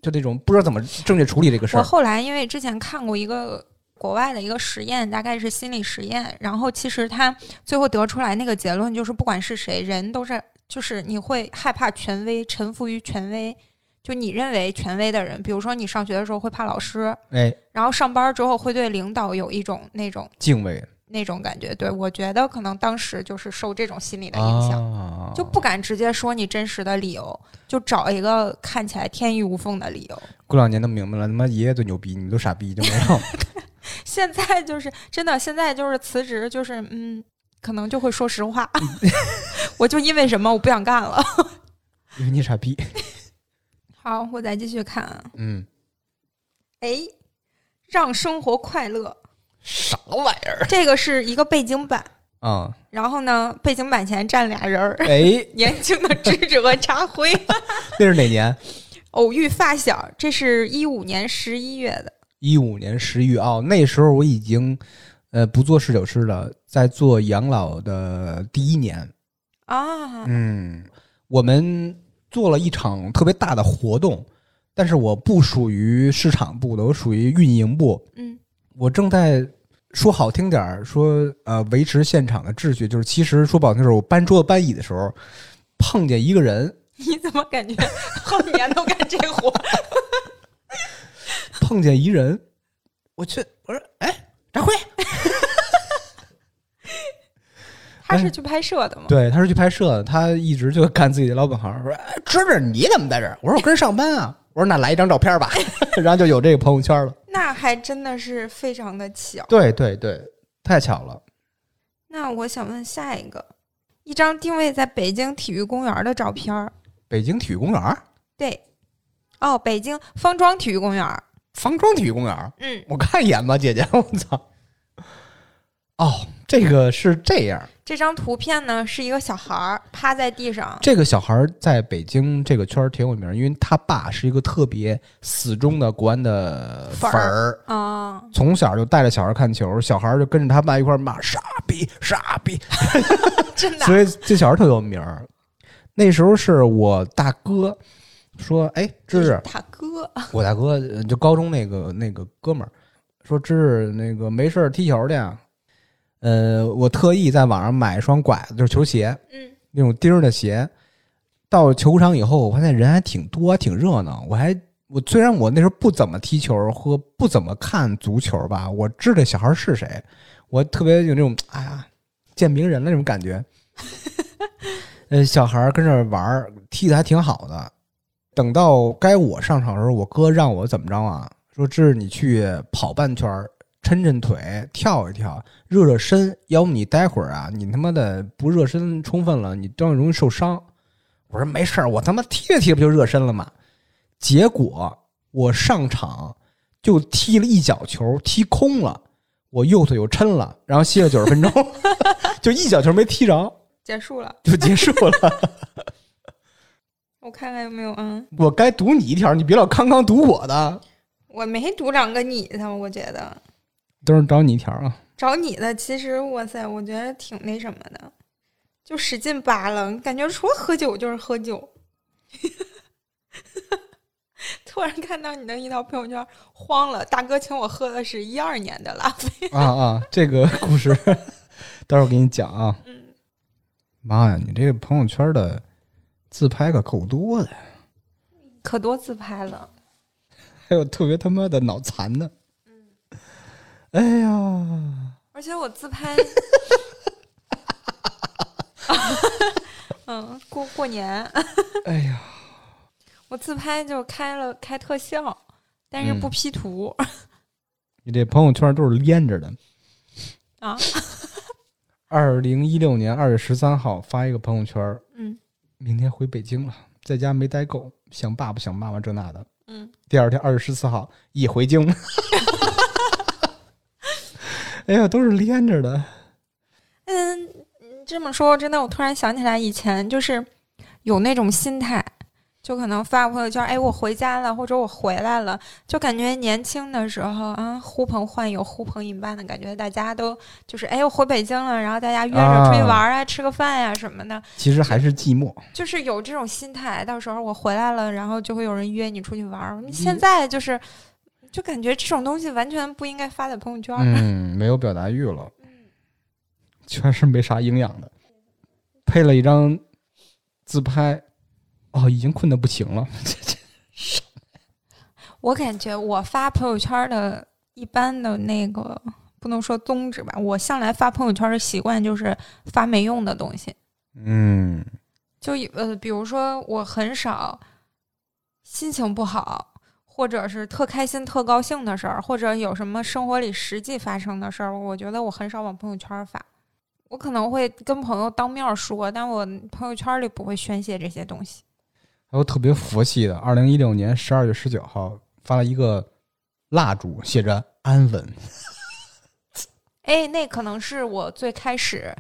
[SPEAKER 2] 就那种不知道怎么正确处理这个事
[SPEAKER 1] 我
[SPEAKER 2] 儿。
[SPEAKER 1] 后来因为之前看过一个国外的一个实验，大概是心理实验，然后其实他最后得出来那个结论就是，不管是谁，人都是就是你会害怕权威，臣服于权威。就你认为权威的人，比如说你上学的时候会怕老师，
[SPEAKER 2] 哎，
[SPEAKER 1] 然后上班之后会对领导有一种那种
[SPEAKER 2] 敬畏
[SPEAKER 1] 那种感觉。对我觉得可能当时就是受这种心理的影响，
[SPEAKER 2] 啊，
[SPEAKER 1] 就不敢直接说你真实的理由，就找一个看起来天衣无缝的理由。
[SPEAKER 2] 过两年都明白了，他妈爷爷最牛逼，你们都傻逼就没有。
[SPEAKER 1] 现在就是真的，现在就是辞职，就是嗯，可能就会说实话，我就因为什么我不想干了。
[SPEAKER 2] 因为你傻逼。
[SPEAKER 1] 好，我再继续看啊，
[SPEAKER 2] 嗯，
[SPEAKER 1] 哎，让生活快乐，
[SPEAKER 2] 啥玩意儿
[SPEAKER 1] 这个是一个背景板，
[SPEAKER 2] 啊？
[SPEAKER 1] 然后呢，背景板前站俩人儿，
[SPEAKER 2] 哎，
[SPEAKER 1] 年轻的智者和茶辉。
[SPEAKER 2] 那是哪年？
[SPEAKER 1] 偶遇发小，这是一五年十一月的。
[SPEAKER 2] 一五年十一月哦，那时候我已经呃不做侍酒师了，在做养老的第一年。
[SPEAKER 1] 啊，
[SPEAKER 2] 嗯，我们做了一场特别大的活动，但是我不属于市场部的，我属于运营部。
[SPEAKER 1] 嗯
[SPEAKER 2] 我正在说好听点儿，说呃维持现场的秩序，就是其实说不好听点儿，我搬桌子搬椅的时候碰见一个人，
[SPEAKER 1] 你怎么感觉后年都干这 活？
[SPEAKER 2] 碰见一人，我去，我说哎，张辉，
[SPEAKER 1] 他是去拍摄的吗？
[SPEAKER 2] 对，他是去拍摄的，他一直就干自己的老本行，说哎芝芝你怎么在这儿？我说我跟人上班啊，我说那来一张照片 吧，然后就有这个朋友圈了。
[SPEAKER 1] 那还真的是非常的巧。
[SPEAKER 2] 对对对，太巧了。
[SPEAKER 1] 那我想问下一个，一张定位在北京体育公园的照片儿，
[SPEAKER 2] 北京体育公园儿，
[SPEAKER 1] 对，哦，北京方庄体育公园儿，
[SPEAKER 2] 方庄体育公园儿，
[SPEAKER 1] 嗯，
[SPEAKER 2] 我看一眼吧，姐姐，我操！哦，这个是这样，
[SPEAKER 1] 这张图片呢是一个小孩儿趴在地上，
[SPEAKER 2] 这个小孩儿在北京这个圈儿挺有名儿，因为他爸是一个特别死忠的国安的粉
[SPEAKER 1] 粉
[SPEAKER 2] 儿，
[SPEAKER 1] 啊、
[SPEAKER 2] 从小就带着小孩儿看球，小孩儿就跟着他爸一块儿骂“傻逼，傻逼
[SPEAKER 1] 真”，的，啊
[SPEAKER 2] 所以这小孩儿特有名儿。那时候是我大哥说：“哎，芝芝，
[SPEAKER 1] 大哥，
[SPEAKER 2] 我大哥呃就高中那个那个哥们儿说：‘芝芝，那个没事儿踢球去啊。’呃，我特意在网上买一双拐子，就是球鞋，
[SPEAKER 1] 嗯，
[SPEAKER 2] 那种钉儿的鞋。到球场以后，我发现人还挺多，挺热闹。我还我虽然我那时候不怎么踢球和不怎么看足球吧，我知道小孩是谁，我特别有那种哎呀见名人了那种感觉。呃，小孩儿跟这儿玩儿踢的还挺好的。等到该我上场的时候，我哥让我怎么着啊？说这是你去跑半圈儿，抻抻腿，跳一跳，热热身，要不你待会儿啊，你他妈的不热身充分了，你这样容易受伤。我说没事儿，我他妈踢着踢着不就热身了吗？结果我上场就踢了一脚球，踢空了，我右腿又抻了，然后歇了九十分钟，就一脚球没踢着
[SPEAKER 1] 结束了，
[SPEAKER 2] 就结束了。
[SPEAKER 1] 我看看有没有，嗯，
[SPEAKER 2] 我该读你一条，你别老康康读我的，
[SPEAKER 1] 我没读两个你的，我觉得
[SPEAKER 2] 都是找你一条啊。
[SPEAKER 1] 找你的，其实哇塞，我觉得挺那什么的，就使劲扒拉，感觉除了喝酒就是喝酒。 突然看到你的一条朋友圈，慌了，大哥请我喝的是一二年的拉菲，
[SPEAKER 2] 啊啊，这个 故事待会儿给你讲啊。
[SPEAKER 1] 嗯，
[SPEAKER 2] 妈呀，你这个朋友圈的自拍可够多的，
[SPEAKER 1] 可多自拍了。
[SPEAKER 2] 还有特别他妈的脑残的。
[SPEAKER 1] 嗯
[SPEAKER 2] 哎呀，
[SPEAKER 1] 而且我自 拍，嗯，过过年
[SPEAKER 2] 哎呀，
[SPEAKER 1] 我自拍就开了开特效，但是不
[SPEAKER 2] 嗯
[SPEAKER 1] P 图、
[SPEAKER 2] 你这朋友圈都是连着的。
[SPEAKER 1] 啊，
[SPEAKER 2] 二零一六年二月十三号发一个朋友圈，
[SPEAKER 1] 嗯
[SPEAKER 2] 明天回北京了，在家没待够，想爸爸想妈妈这那的。
[SPEAKER 1] 嗯，
[SPEAKER 2] 第二天二月十四号一回京， 哎呀，都是连着的。
[SPEAKER 1] 嗯，嗯这么说真的，我突然想起来，以前就是有那种心态，就可能发朋友圈，哎，我回家了，或者我回来了，就感觉年轻的时候啊，呼朋唤友、呼朋引伴的感觉，大家都就是哎，我回北京了，然后大家约着出去玩啊、吃个饭呀、什么的，
[SPEAKER 2] 其实还是寂寞。
[SPEAKER 1] 就是有这种心态。到时候我回来了，然后就会有人约你出去玩儿。现在就是。就感觉这种东西完全不应该发在朋友圈儿。
[SPEAKER 2] 嗯，没有表达欲了，确实没啥营养的。配了一张自拍，哦，已经困得不行了。
[SPEAKER 1] 我感觉我发朋友圈的一般的那个不能说宗旨吧，我向来发朋友圈的习惯就是发没用的东西，
[SPEAKER 2] 嗯
[SPEAKER 1] 就以呃，比如说我很少心情不好，或者是特开心、特高兴的事儿，或者有什么生活里实际发生的事儿，我觉得我很少往朋友圈发。我可能会跟朋友当面儿说，但我朋友圈里不会宣泄这些东西。
[SPEAKER 2] 还有特别佛系的，二零一六年十二月十九号发了一个蜡烛，写着“安稳
[SPEAKER 1] 哎，那可能是我最开始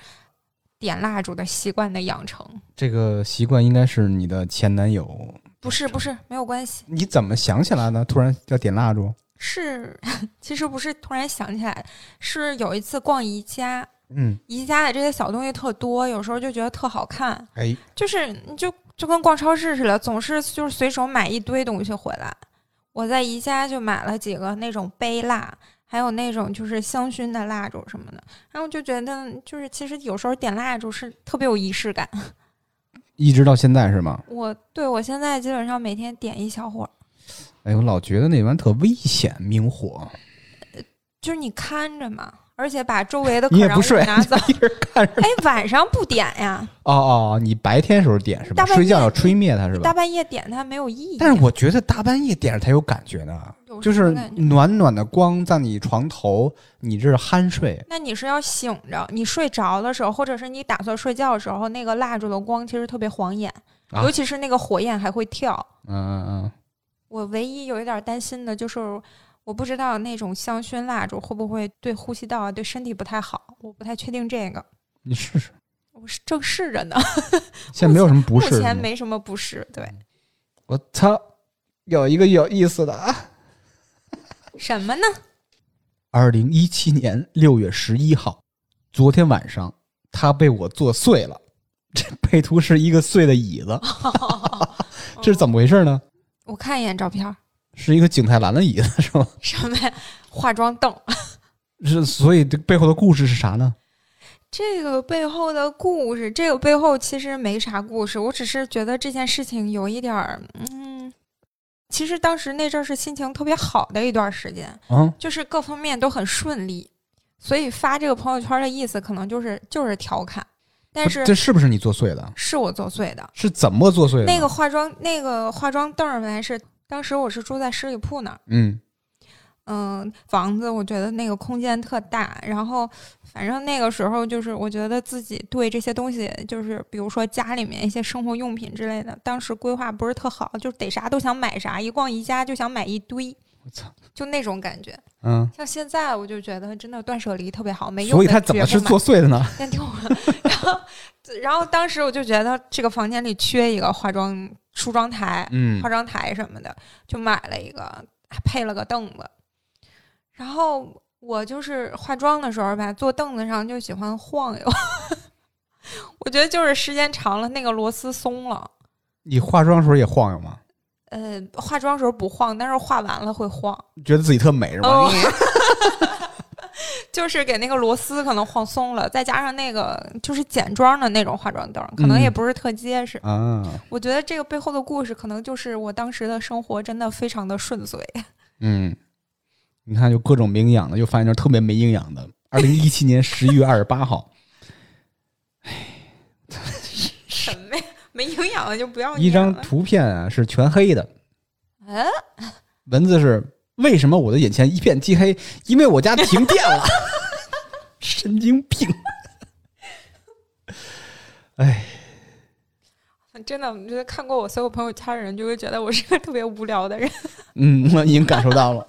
[SPEAKER 1] 点蜡烛的习惯的养成。”。
[SPEAKER 2] 这个习惯应该是你的前男友。
[SPEAKER 1] 不是不是，没有关系，
[SPEAKER 2] 你怎么想起来呢？突然要点蜡烛？
[SPEAKER 1] 是 其实不是突然想起来的，是有一次逛宜家，
[SPEAKER 2] 嗯，
[SPEAKER 1] 宜家的这些小东西特多，有时候就觉得特好看，
[SPEAKER 2] 哎，
[SPEAKER 1] 就是你就就跟逛超市似的，总是就是随手买一堆东西回来。我在宜家就买了几个那种杯蜡，还有那种就是香薰的蜡烛什么的。然后就觉得，就是其实有时候点蜡烛是特别有仪式感。
[SPEAKER 2] 一直到现在是吗？
[SPEAKER 1] 我对我现在基本上每天点一小会儿，
[SPEAKER 2] 哎，我老觉得那玩意儿特危险，明火，
[SPEAKER 1] 就是你看着嘛，而且把周围的 可
[SPEAKER 2] 你也
[SPEAKER 1] 燃
[SPEAKER 2] 不
[SPEAKER 1] 物
[SPEAKER 2] 睡，
[SPEAKER 1] 拿走。
[SPEAKER 2] 一直看着。
[SPEAKER 1] 哎，晚上不点呀，
[SPEAKER 2] 哦哦，你白天时候点是吧？
[SPEAKER 1] 大半夜
[SPEAKER 2] 睡觉要吹灭它是
[SPEAKER 1] 大
[SPEAKER 2] 吧？
[SPEAKER 1] 半夜点它没有意义。啊
[SPEAKER 2] 但是我觉得大半夜点着才有感觉呢，
[SPEAKER 1] 有
[SPEAKER 2] 就
[SPEAKER 1] 什么
[SPEAKER 2] 是
[SPEAKER 1] 感觉
[SPEAKER 2] 暖暖的光在你床头，嗯你这是酣睡。
[SPEAKER 1] 那你是要醒着，你睡着的时候，或者是你打算睡觉的时候，那个蜡烛的光其实特别晃眼，
[SPEAKER 2] 啊
[SPEAKER 1] 尤其是那个火焰还会跳。
[SPEAKER 2] 嗯嗯嗯，
[SPEAKER 1] 我唯一有一点担心的就是，我不知道那种香薰蜡烛会不会对呼吸道啊、对身体不太好，我不太确定这个。
[SPEAKER 2] 你试试，
[SPEAKER 1] 我是正试着呢，
[SPEAKER 2] 现在没有什么不适
[SPEAKER 1] 目
[SPEAKER 2] 的
[SPEAKER 1] 前
[SPEAKER 2] 吗嗯
[SPEAKER 1] 没什么不适。对，
[SPEAKER 2] 我操，有一个有意思的啊！
[SPEAKER 1] 什么呢？
[SPEAKER 2] 二零一七年六月十一号，昨天晚上它被我做碎了。这配图是一个碎的椅子，
[SPEAKER 1] 嗯
[SPEAKER 2] 这是怎么回事呢？
[SPEAKER 1] 我看一眼照片儿，
[SPEAKER 2] 是一个景泰蓝的椅子是吗？
[SPEAKER 1] 什么呀？化妆凳。
[SPEAKER 2] 是，所以这背后的故事是啥呢？
[SPEAKER 1] 这个背后的故事，这个背后其实没啥故事，我只是觉得这件事情有一点儿，嗯，其实当时那阵儿是心情特别好的一段时间，
[SPEAKER 2] 啊，
[SPEAKER 1] 就是各方面都很顺利，所以发这个朋友圈的意思可能就是就是调侃，但是
[SPEAKER 2] 这是不是你做碎的？
[SPEAKER 1] 是我作祟的。
[SPEAKER 2] 是怎么做碎的呢？
[SPEAKER 1] 那个化妆那个化妆凳儿本来是当时我是住在十里铺那儿。
[SPEAKER 2] 嗯，
[SPEAKER 1] 嗯，房子我觉得那个空间特大，然后反正那个时候就是我觉得自己对这些东西，就是比如说家里面一些生活用品之类的，当时规划不是特好，就是逮啥都想买啥，一逛宜家就想买一堆，
[SPEAKER 2] 我操，
[SPEAKER 1] 就那种感觉。
[SPEAKER 2] 嗯，
[SPEAKER 1] 像现在我就觉得真的断舍离特别好，没用
[SPEAKER 2] 所以
[SPEAKER 1] 的
[SPEAKER 2] 它怎
[SPEAKER 1] 绝
[SPEAKER 2] 么
[SPEAKER 1] 不
[SPEAKER 2] 是
[SPEAKER 1] 买
[SPEAKER 2] 做碎的呢？
[SPEAKER 1] 先听我说，然后然后当时我就觉得这个房间里缺一个化妆梳妆台，
[SPEAKER 2] 嗯
[SPEAKER 1] 化妆台什么的，就买了一个，还配了个凳子。然后我就是化妆的时候吧，坐凳子上就喜欢晃悠。 我觉得就是时间长了，那个螺丝松了。
[SPEAKER 2] 你化妆的时候也晃悠吗？
[SPEAKER 1] 呃，化妆时候不晃，但是化完了会晃。
[SPEAKER 2] 觉得自己特美是吧？
[SPEAKER 1] 哦， 就是给那个螺丝可能晃松了，再加上那个就是简装的那种化妆凳，可能
[SPEAKER 2] 嗯
[SPEAKER 1] 也不是特结实。
[SPEAKER 2] 啊，
[SPEAKER 1] 我觉得这个背后的故事，可能就是我当时的生活真的非常的顺遂。
[SPEAKER 2] 嗯，你看，有各种没营养的，又发现就是特别没营养的。二零一七年十一月二十 八号，
[SPEAKER 1] 什么呀？没营哦养的就不要
[SPEAKER 2] 一
[SPEAKER 1] 念
[SPEAKER 2] 张
[SPEAKER 1] 了
[SPEAKER 2] 图片啊是全黑的，
[SPEAKER 1] 嗯，
[SPEAKER 2] 文字是为什么我的眼前一片漆黑？因为我家停电了。 神经病！哎，
[SPEAKER 1] 真的，我觉得看过我所有朋友圈的人，就会觉得我是个特别无聊的人。
[SPEAKER 2] 嗯，我已经感受到了。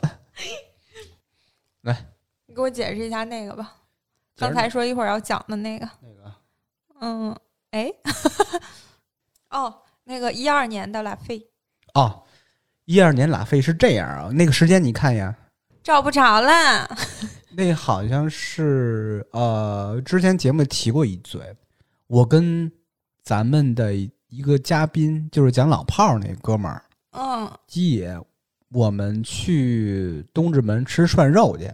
[SPEAKER 1] 你给我解释一下那个吧，
[SPEAKER 2] 解释
[SPEAKER 1] 刚才说一会儿要讲的那个。
[SPEAKER 2] 那个
[SPEAKER 1] 嗯，哎， 哦，那个一二年的拉菲
[SPEAKER 2] 哦，一二年拉菲是这样啊，那个时间你看呀，
[SPEAKER 1] 找不着了。
[SPEAKER 2] 那好像是呃，之前节目提过一嘴，我跟咱们的一个嘉宾，就是讲老炮儿那哥们儿
[SPEAKER 1] 嗯，
[SPEAKER 2] 鸡爷，我们去东直门吃涮肉去。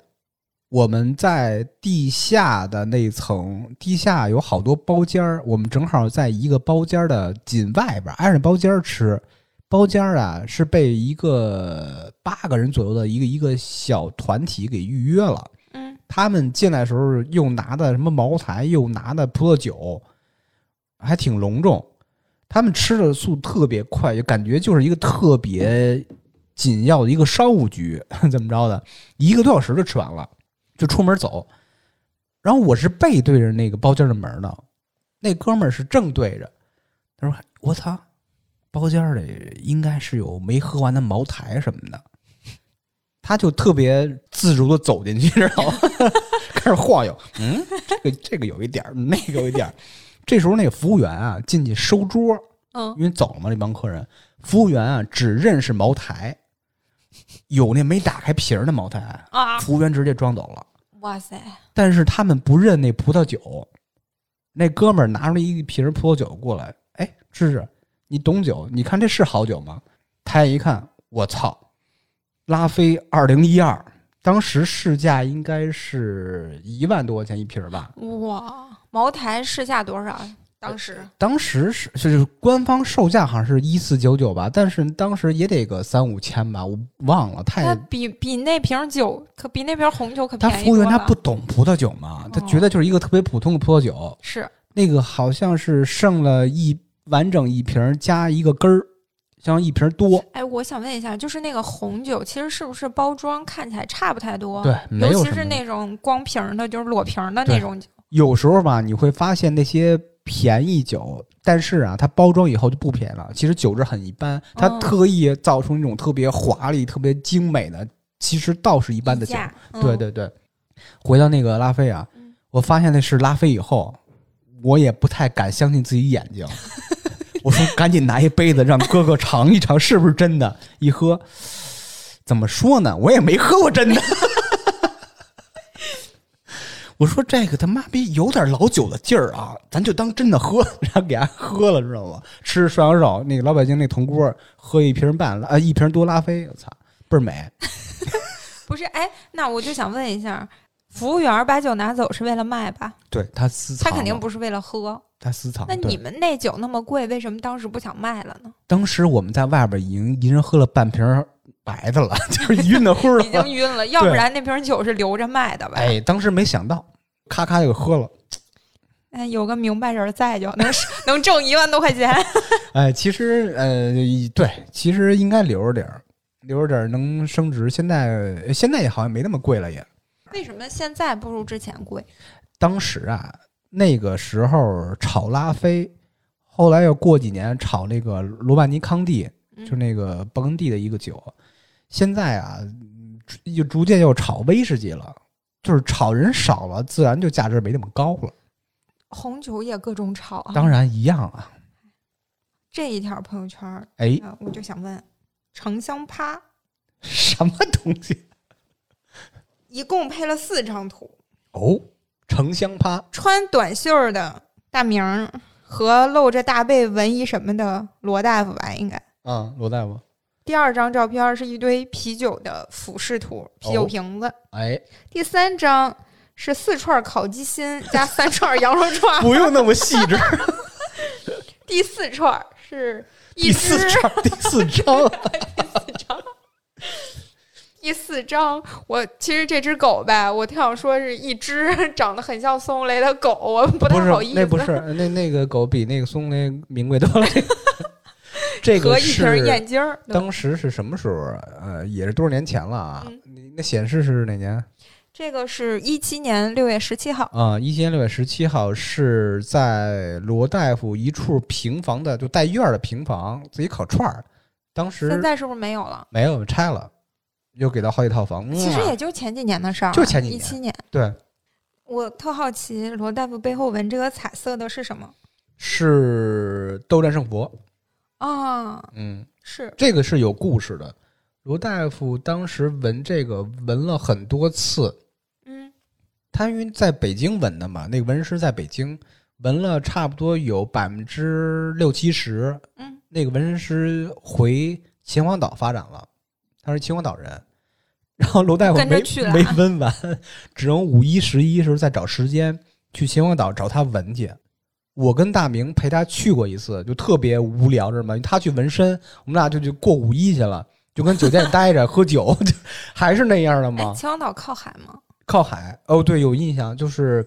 [SPEAKER 2] 我们在地下的那层，地下有好多包间儿，我们正好在一个包间儿的紧外边儿，挨着包间儿吃。包间儿啊是被一个八个人左右的一个一个小团体给预约了。
[SPEAKER 1] 嗯，
[SPEAKER 2] 他们进来的时候又拿的什么茅台，又拿的葡萄酒，还挺隆重。他们吃的速度特别快，就感觉就是一个特别紧要的一个商务局， 怎么着的，一个多小时就吃完了，就出门走。然后我是背对着那个包间的门的，那哥们儿是正对着。他说：“哎我操，包间里应该是有没喝完的茅台什么的。”他就特别自如的走进去， 知道吗？开始晃悠，嗯，这个这个有一点儿，那个有一点儿。 这时候那个服务员啊进去收桌，
[SPEAKER 1] 嗯，
[SPEAKER 2] 因为走了嘛，那帮客人。服务员啊只认识茅台，有那没打开瓶儿的茅台，
[SPEAKER 1] 啊，
[SPEAKER 2] 服务员直接装走了。
[SPEAKER 1] 哇塞，
[SPEAKER 2] 但是他们不认那葡萄酒。那哥们儿拿出了一瓶葡萄酒过来，哎，芝芝，你懂酒？你看这是好酒吗？他一看，我操，拉菲二零一二，当时市价应该是一万多块钱一瓶儿吧，
[SPEAKER 1] 哇，茅台市价多少啊？当时
[SPEAKER 2] 当时是就是官方售价好像是一四九九吧，但是当时也得个三五千吧，我忘了，
[SPEAKER 1] 它
[SPEAKER 2] 太
[SPEAKER 1] 比比那瓶酒可比那瓶红酒可
[SPEAKER 2] 他
[SPEAKER 1] 便宜
[SPEAKER 2] 服务员
[SPEAKER 1] 多
[SPEAKER 2] 他
[SPEAKER 1] 了哦
[SPEAKER 2] 不懂葡萄酒嘛，他觉得就是一个特别普通的葡萄酒，
[SPEAKER 1] 是
[SPEAKER 2] 那个好像是剩了一完整一瓶儿加一个根儿，像一瓶儿多，
[SPEAKER 1] 哎，我想问一下，就是那个红酒，其实是不是包装看起来差不太多？
[SPEAKER 2] 对，没有
[SPEAKER 1] 尤
[SPEAKER 2] 什
[SPEAKER 1] 其是
[SPEAKER 2] 么
[SPEAKER 1] 那种光瓶儿的，就是裸瓶儿的
[SPEAKER 2] 对
[SPEAKER 1] 那种酒。
[SPEAKER 2] 有时候吧，你会发现那些便宜酒，但是啊，它包装以后就不便宜了。其实酒质很一般，它
[SPEAKER 1] 嗯
[SPEAKER 2] 特意造出那种特别华丽、特别精美的，其实倒是一般的
[SPEAKER 1] 溢
[SPEAKER 2] 酒。
[SPEAKER 1] 价，
[SPEAKER 2] 对
[SPEAKER 1] 嗯，
[SPEAKER 2] 对对，回到那个拉菲啊
[SPEAKER 1] 嗯，
[SPEAKER 2] 我发现那是拉菲以后，我也不太敢相信自己眼睛。 我说赶紧拿一杯子让哥哥尝一尝是不是真的，一喝，怎么说呢？我也没喝过真的。 我说这个他妈逼有点老酒的劲儿啊，咱就当真的喝， 然后给他喝了，知道吗？吃涮羊肉，那个老北京那铜锅，喝一瓶半拉，呃，一瓶多拉菲，我操，倍儿美。
[SPEAKER 1] 不是，哎，那我就想问一下，服务员儿把酒拿走是为了卖吧？
[SPEAKER 2] 对他私藏
[SPEAKER 1] 他
[SPEAKER 2] 了，
[SPEAKER 1] 肯定不是为了喝。
[SPEAKER 2] 他私藏。
[SPEAKER 1] 那
[SPEAKER 2] 对
[SPEAKER 1] 你们那酒那么贵，为什么当时不想卖 了呢？
[SPEAKER 2] 当时我们在外边已经一人喝了半瓶儿白的了， 就是晕的乎
[SPEAKER 1] 已经
[SPEAKER 2] 的。
[SPEAKER 1] 晕了，要不然那瓶酒是留着卖的吧？
[SPEAKER 2] 哎，当时没想到，咔咔就给喝了。
[SPEAKER 1] 哎，有个明白人在就能能挣一万多块钱。
[SPEAKER 2] 哎，其实呃，对，其实应该留着点儿，留着点儿能升值。现在现在也好像没那么贵了也。
[SPEAKER 1] 为什么现在不如之前贵？
[SPEAKER 2] 当时啊，那个时候炒拉菲，后来又过几年炒那个罗曼尼康帝，
[SPEAKER 1] 嗯
[SPEAKER 2] 就那个勃艮第的一个酒。现在啊，嗯又逐渐又炒威士忌了，就是炒人少了，自然就价值没那么高了。
[SPEAKER 1] 红酒也各种炒啊。
[SPEAKER 2] 当然一样啊，
[SPEAKER 1] 这一条朋友圈儿，
[SPEAKER 2] 哎，
[SPEAKER 1] 啊，我就想问，橙香趴
[SPEAKER 2] 什么东西
[SPEAKER 1] 一共配了四张图，
[SPEAKER 2] 哦？城乡趴
[SPEAKER 1] 穿短袖儿的大明儿和露着大背文艺什么的罗大夫吧，应该。
[SPEAKER 2] 啊，罗大夫，
[SPEAKER 1] 第二张照片是一堆啤酒的俯视图，啤
[SPEAKER 2] 哦
[SPEAKER 1] 酒瓶子。
[SPEAKER 2] 哎，
[SPEAKER 1] 第三张是四串烤鸡心加三串羊肉串儿，
[SPEAKER 2] 不用那么细致。
[SPEAKER 1] 第四串是 一
[SPEAKER 2] 第四
[SPEAKER 1] 只
[SPEAKER 2] 张，第四张，
[SPEAKER 1] 第四章，我其实这只狗吧，我特想说是一只 长得很像孙红雷的狗，我不太好意
[SPEAKER 2] 是
[SPEAKER 1] 思。
[SPEAKER 2] 那不是那那个狗比那个松那名贵多 了。这
[SPEAKER 1] 和
[SPEAKER 2] 个
[SPEAKER 1] 一瓶
[SPEAKER 2] 是
[SPEAKER 1] 燕京儿，对吧
[SPEAKER 2] 当时是什么时候啊？呃，也是多少年前了啊
[SPEAKER 1] 嗯？
[SPEAKER 2] 你那显示是哪年？
[SPEAKER 1] 这个是一七年六月十七号，
[SPEAKER 2] 啊，一七年六月十七号是在罗大夫一处平房的，就带院儿的平房，自己烤串儿。当
[SPEAKER 1] 现
[SPEAKER 2] 时
[SPEAKER 1] 在是不是没有了？
[SPEAKER 2] 没有拆了，又给到好几套房。
[SPEAKER 1] 其实
[SPEAKER 2] 嗯啊
[SPEAKER 1] 也就前几年的事儿，啊
[SPEAKER 2] 就前几
[SPEAKER 1] 一
[SPEAKER 2] 年
[SPEAKER 1] 七年。
[SPEAKER 2] 对，
[SPEAKER 1] 我特好奇罗大夫背后纹这个彩色的是什么
[SPEAKER 2] 是斗战胜佛。
[SPEAKER 1] 啊？
[SPEAKER 2] 嗯，
[SPEAKER 1] 是
[SPEAKER 2] 这个是有故事的。罗大夫当时纹这个纹了很多次，
[SPEAKER 1] 嗯，
[SPEAKER 2] 他因为在北京纹的嘛，那个纹身师在北京纹了差不多有百分之六七十。
[SPEAKER 1] 嗯，
[SPEAKER 2] 那个纹身师回秦皇岛发展了，他是秦皇岛人。然后罗大夫
[SPEAKER 1] 跟着
[SPEAKER 2] 没
[SPEAKER 1] 去了
[SPEAKER 2] 没纹完，只能五一、十一时候再找时间去秦皇岛找他纹去。我跟大明陪他去过一次，就特别无聊，知道吗？他去纹身，我们俩就去过五一去了，就跟酒店里待着 喝酒，就还是那样的
[SPEAKER 1] 哎，
[SPEAKER 2] 吗？
[SPEAKER 1] 秦皇岛靠海吗？
[SPEAKER 2] 靠海。哦，对，有印象，就是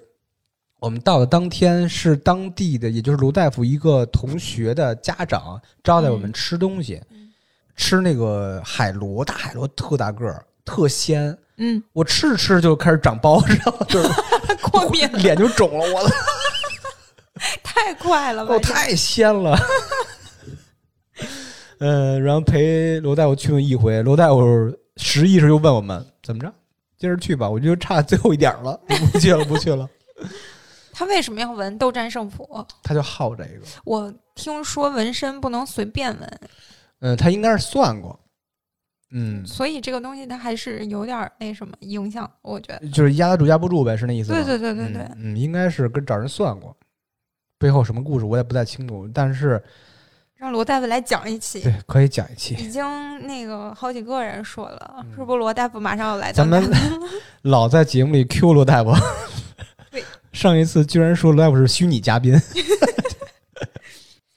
[SPEAKER 2] 我们到的当天是当地的，也就是卢大夫一个同学的家长招待我们吃东西，
[SPEAKER 1] 嗯
[SPEAKER 2] 吃那个海螺，大海螺特大个儿，特鲜。
[SPEAKER 1] 嗯，
[SPEAKER 2] 我吃着吃着就开始长包， 知道吗？就是
[SPEAKER 1] 过敏
[SPEAKER 2] 脸就肿了，我操，
[SPEAKER 1] 太快了吧？
[SPEAKER 2] 哦，
[SPEAKER 1] 这
[SPEAKER 2] 太鲜了。嗯，然后陪罗大夫去了一回，罗大夫十一时候又问我们怎么着，接着去吧，我就差最后一点儿了，不去了，不去了。
[SPEAKER 1] 他为什么要纹斗战胜佛？
[SPEAKER 2] 他就好这个。
[SPEAKER 1] 我听说纹身不能随便纹，
[SPEAKER 2] 嗯，他应该是算过，嗯，
[SPEAKER 1] 所以这个东西它还是有点儿那什么影响，我觉得。
[SPEAKER 2] 就是压得住压不住呗，是那意思吗？嗯
[SPEAKER 1] 对对对对对，
[SPEAKER 2] 嗯，嗯应该是跟找人算过，背后什么故事我也不太清楚，但是
[SPEAKER 1] 让罗大夫来讲一期
[SPEAKER 2] 对。，可以讲一期。
[SPEAKER 1] 已经那个好几个人说了，是不是罗大夫马上要来到
[SPEAKER 2] 咱们
[SPEAKER 1] 咱们
[SPEAKER 2] 老在节目里 Q 罗大夫
[SPEAKER 1] 对，
[SPEAKER 2] 上一次居然说罗大夫是虚拟嘉宾，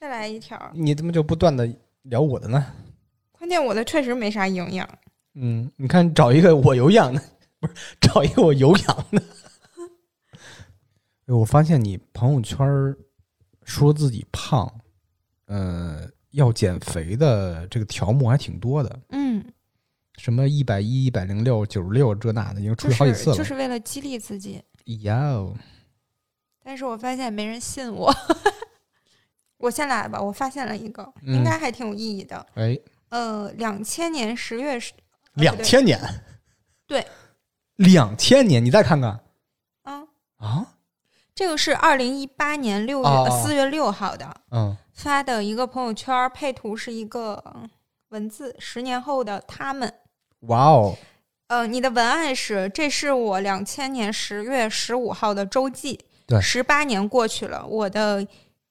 [SPEAKER 1] 再来一条？
[SPEAKER 2] 你怎么就不断的聊我的呢？
[SPEAKER 1] 关键我的确实没啥营养。
[SPEAKER 2] 嗯，你看找一个我有氧的，不是找一个我有氧的。哎我发现你朋友圈儿说自己胖，呃，要减肥的这个条目还挺多的，
[SPEAKER 1] 嗯，
[SPEAKER 2] 什么一百一、一百零六、九十六这那的，已经出
[SPEAKER 1] 就
[SPEAKER 2] 去好几
[SPEAKER 1] 是
[SPEAKER 2] 次了。哦
[SPEAKER 1] 就是为了激励自己，
[SPEAKER 2] 哟
[SPEAKER 1] 但是我发现没人信我。 我先来吧，我发现了一个，
[SPEAKER 2] 嗯
[SPEAKER 1] 应该还挺有意义的。
[SPEAKER 2] 哎，
[SPEAKER 1] 呃，两千年十月十，
[SPEAKER 2] 两千年，
[SPEAKER 1] 对，
[SPEAKER 2] 两千年，你再看看
[SPEAKER 1] 嗯，
[SPEAKER 2] 啊，
[SPEAKER 1] 这个是二零一八年六月
[SPEAKER 2] 哦哦
[SPEAKER 1] 四月六号的，
[SPEAKER 2] 嗯，
[SPEAKER 1] 发的一个朋友圈，配图是一个嗯文字：十年后的他们。
[SPEAKER 2] 哇哦，
[SPEAKER 1] 呃，你的文案是：这是我两千年十月十五号的周记。
[SPEAKER 2] 对
[SPEAKER 1] 十八年过去了，我的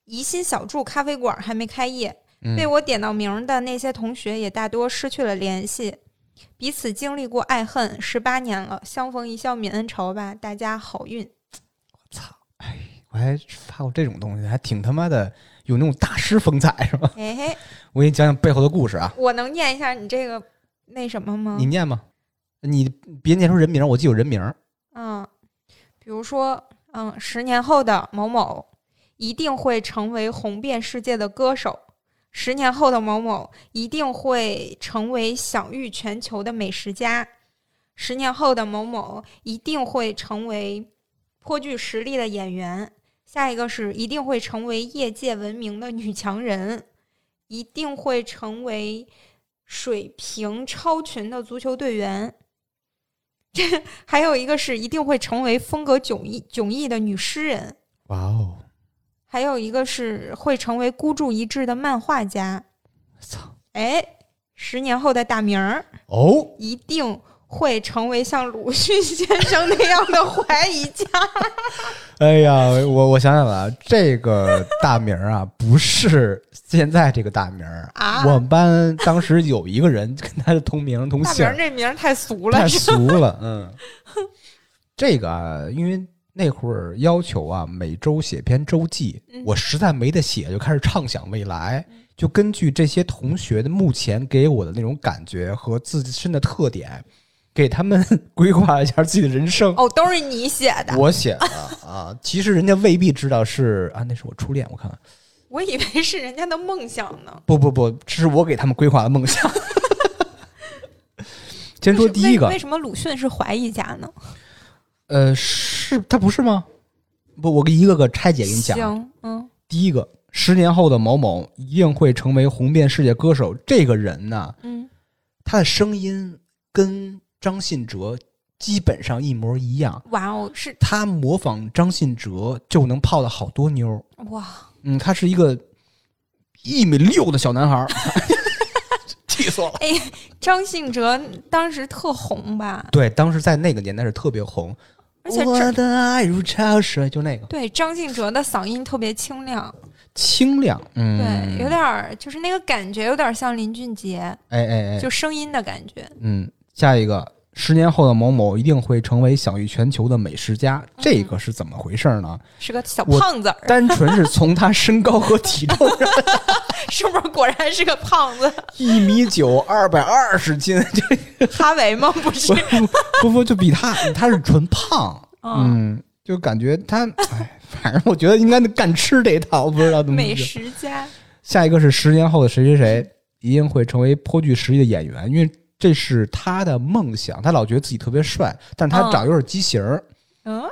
[SPEAKER 1] 宜心小筑咖啡馆还没开业，
[SPEAKER 2] 嗯
[SPEAKER 1] 被我点到名儿的那些同学也大多失去了联系，彼此经历过爱恨，十八年了，相逢一笑泯恩仇吧，大家好运。
[SPEAKER 2] 操，哎，我还发过这种东西，还挺他妈的有那种大师风采是吧？
[SPEAKER 1] 哎嘿，
[SPEAKER 2] 我给你讲讲背后的故事啊，
[SPEAKER 1] 我能念一下你这个那什么吗？
[SPEAKER 2] 你念吧，你别念出人名，我记有人名，
[SPEAKER 1] 嗯，比如说，嗯，十年后的某某一定会成为红遍世界的歌手，十年后的某某一定会成为享誉全球的美食家，十年后的某某一定会成为颇具实力的演员。下一个是一定会成为业界闻名的女强人，一定会成为水平超群的足球队员。还有一个是一定会成为风格迥异迥异的女诗人，
[SPEAKER 2] 哇哦，
[SPEAKER 1] 还有一个是会成为孤注一掷的漫画家。
[SPEAKER 2] 操，
[SPEAKER 1] 哎，十年后的大明儿
[SPEAKER 2] 哦，
[SPEAKER 1] 一定会成为像鲁迅先生那样的怀疑家。
[SPEAKER 2] 哎呀，我我想想啊，这个 大名啊，不是现在这个大名
[SPEAKER 1] 啊
[SPEAKER 2] 我们班当时有一个人跟他是同名同
[SPEAKER 1] 大
[SPEAKER 2] 姓
[SPEAKER 1] 明儿，这名儿太俗了
[SPEAKER 2] 太，俗了，嗯。这个啊，因为那会儿要求啊，每周写篇周记，
[SPEAKER 1] 嗯
[SPEAKER 2] 我实在没得写，就开始畅想未来，就根据这些同学的目前给我的那种感觉和自身的特点，给他们 规划一下自己的人生。
[SPEAKER 1] 哦，都是你写的，我
[SPEAKER 2] 我写的啊，其实人家未必知道是啊，那是我初恋，我看看，
[SPEAKER 1] 以为是人家的梦想呢。
[SPEAKER 2] 不不不，这是我给他们规划的梦想。 先说
[SPEAKER 1] 为什
[SPEAKER 2] 第一个
[SPEAKER 1] 为，为什么鲁迅是怀疑家呢？
[SPEAKER 2] 呃，是他不是吗？不，我给一个个拆解给你讲。啊
[SPEAKER 1] 行，嗯，
[SPEAKER 2] 第一个，十年后的某某一定会成为红遍世界歌手。这个人呢，
[SPEAKER 1] 嗯，
[SPEAKER 2] 他的声音跟张信哲基本上一模一样，
[SPEAKER 1] 哇哦，是
[SPEAKER 2] 他模仿张信哲就能泡到好多妞儿。
[SPEAKER 1] 哇，
[SPEAKER 2] 嗯，他是一个一米六的小男孩儿， 气死我了。
[SPEAKER 1] 张信哲当时特红吧？
[SPEAKER 2] 对，当时在那个年代是特别红，
[SPEAKER 1] 而且
[SPEAKER 2] 我
[SPEAKER 1] 这
[SPEAKER 2] 的爱如潮水，就那个
[SPEAKER 1] 对张信哲的嗓音特别清亮，
[SPEAKER 2] 清亮，嗯，
[SPEAKER 1] 对，有点儿就是那个感觉，有点像林俊杰，
[SPEAKER 2] 哎哎哎，
[SPEAKER 1] 就声音的感觉。
[SPEAKER 2] 嗯，下一个，十年后的某某一定会成为享誉全球的美食家，这个是怎么回事呢？
[SPEAKER 1] 是个小胖子儿，
[SPEAKER 2] 单纯是从他身高和体重上，
[SPEAKER 1] 是不是果然是个胖子？
[SPEAKER 2] 一米九，二百二十斤，这
[SPEAKER 1] 哈维吗？不是
[SPEAKER 2] 不，不不就比他，他是纯胖，
[SPEAKER 1] 嗯，
[SPEAKER 2] 嗯，就感觉他，哎，反正我觉得应该干吃这一套，不知道怎么
[SPEAKER 1] 美
[SPEAKER 2] 理解。
[SPEAKER 1] 食家。
[SPEAKER 2] 下一个是十年后的谁谁谁一定会成为颇具实力的演员，因为这是他的梦想，他老觉得自己特别帅，但是他
[SPEAKER 1] 嗯
[SPEAKER 2] 长有点畸形儿。
[SPEAKER 1] 嗯，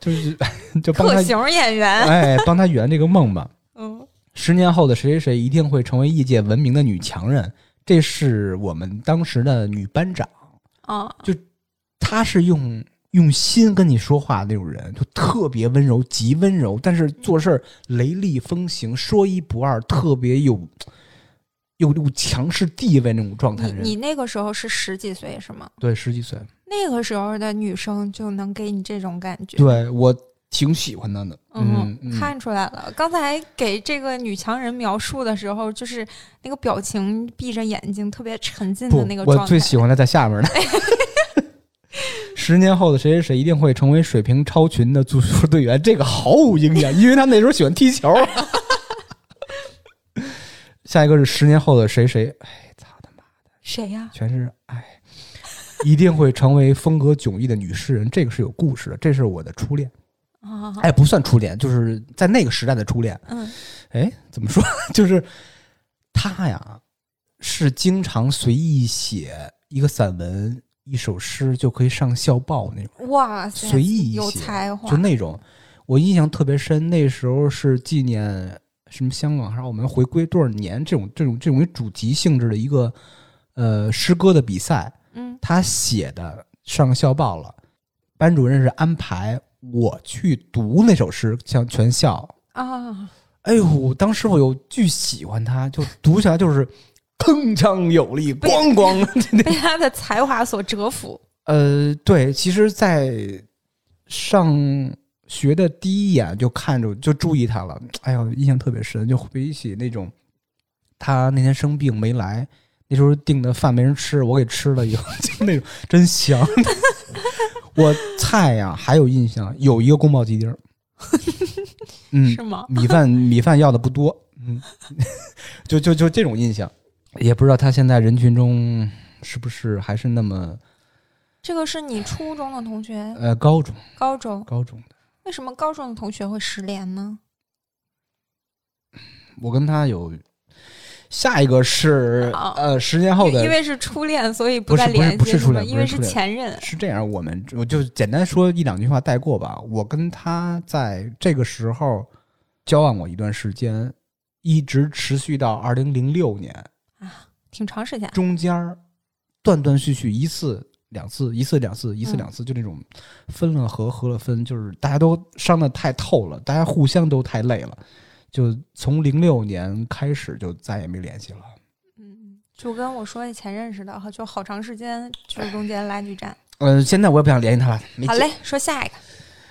[SPEAKER 2] 就是 就帮
[SPEAKER 1] 特
[SPEAKER 2] 他
[SPEAKER 1] 型演员，
[SPEAKER 2] 哎帮他圆这个梦吧。
[SPEAKER 1] 嗯，
[SPEAKER 2] 十年后的谁谁谁一定会成为业界闻名的女强人，这是我们当时的女班长，
[SPEAKER 1] 啊，
[SPEAKER 2] 她是用用心跟你说话的那种人，就特别温柔，极温柔，但是做事儿雷厉风行，说一不二，特别有有有强势地位那种状态
[SPEAKER 1] 你
[SPEAKER 2] 的
[SPEAKER 1] 你
[SPEAKER 2] 人。
[SPEAKER 1] 那个时候是十几岁是吗？
[SPEAKER 2] 对，十几岁，
[SPEAKER 1] 那个时候的女生就能给你这种感觉，
[SPEAKER 2] 对我挺喜欢她的。
[SPEAKER 1] 嗯，
[SPEAKER 2] 嗯
[SPEAKER 1] 看出来了。刚才给这个女强人描述的时候，就是那个表情，闭着眼睛，特别沉浸的
[SPEAKER 2] 不
[SPEAKER 1] 那个，状态。
[SPEAKER 2] 我最喜欢她在 下面呢。十年后的谁谁谁一定会成为水平超群的足球队员，这个毫无影响，因为他那时候喜欢踢球。下一个是十年后的谁谁，哎，操他妈，
[SPEAKER 1] 谁呀、
[SPEAKER 2] 全是哎，一定会成为风格迥异的女诗人，这个是有故事的，这是我的初恋。
[SPEAKER 1] 啊？
[SPEAKER 2] 哎，不算初恋，就是在那个时代的初恋。
[SPEAKER 1] 嗯
[SPEAKER 2] 哎，怎么说？ 就是他呀，是经常随意写一个散文、一首诗就可以上校报那种，
[SPEAKER 1] 哇塞，
[SPEAKER 2] 随意一
[SPEAKER 1] 有
[SPEAKER 2] 写，
[SPEAKER 1] 才华
[SPEAKER 2] 就。那种。我印象特别深，那时候是纪念什么香港还是澳门回归多少年这种这种这种主题性质的一个呃诗歌的比赛，
[SPEAKER 1] 嗯
[SPEAKER 2] 他写的上校报了，班主任是安排我去读那首诗，向全校
[SPEAKER 1] 啊，
[SPEAKER 2] 哎呦，当时我有巨喜欢他，就读起来就是铿锵有力，咣咣。
[SPEAKER 1] 被他的才华所折服。
[SPEAKER 2] 呃，对，其实，在上学的第一眼就看着就注意他了，哎呦，印象特别深。就比起那种他那天生病没来，那时候订的饭没人吃，我给吃了以后，就那种 真香。我菜呀、还有印象，有一个宫保鸡丁儿， 嗯，
[SPEAKER 1] 是吗？
[SPEAKER 2] 米 饭米饭要的不多，嗯， 就就就这种印象，也不知道他现在人群中是不是还是那么
[SPEAKER 1] 这个是你初中的同学，
[SPEAKER 2] 呃高中
[SPEAKER 1] 高中
[SPEAKER 2] 高中的。
[SPEAKER 1] 为什么高中的同学会失联呢？
[SPEAKER 2] 我跟他有下一个是
[SPEAKER 1] 好
[SPEAKER 2] 呃十年后
[SPEAKER 1] 因
[SPEAKER 2] 的
[SPEAKER 1] 为因为是初恋，所以
[SPEAKER 2] 不是
[SPEAKER 1] 再
[SPEAKER 2] 不是
[SPEAKER 1] 联系，
[SPEAKER 2] 不是初
[SPEAKER 1] 吗
[SPEAKER 2] 恋不
[SPEAKER 1] 因为
[SPEAKER 2] 是
[SPEAKER 1] 是
[SPEAKER 2] 初恋
[SPEAKER 1] 前任。
[SPEAKER 2] 是这样，我们我就简单说一两句话带过吧。我跟他在这个时候交往过一段时间，一直持续到二零零六年，
[SPEAKER 1] 挺长时间，
[SPEAKER 2] 中间儿断断续续一次两次，一次两次，一
[SPEAKER 1] 嗯
[SPEAKER 2] 次两次，就那种分了合，合了分，就是大家都伤的太透了，大家互相都太累了，就从零六年开始就再也没联系了。
[SPEAKER 1] 嗯，就跟我说以前认识的，就好长时间，就是中间拉锯战。
[SPEAKER 2] 嗯、现在我也不想联系他了。没
[SPEAKER 1] 好
[SPEAKER 2] 劲
[SPEAKER 1] 嘞，说下一个，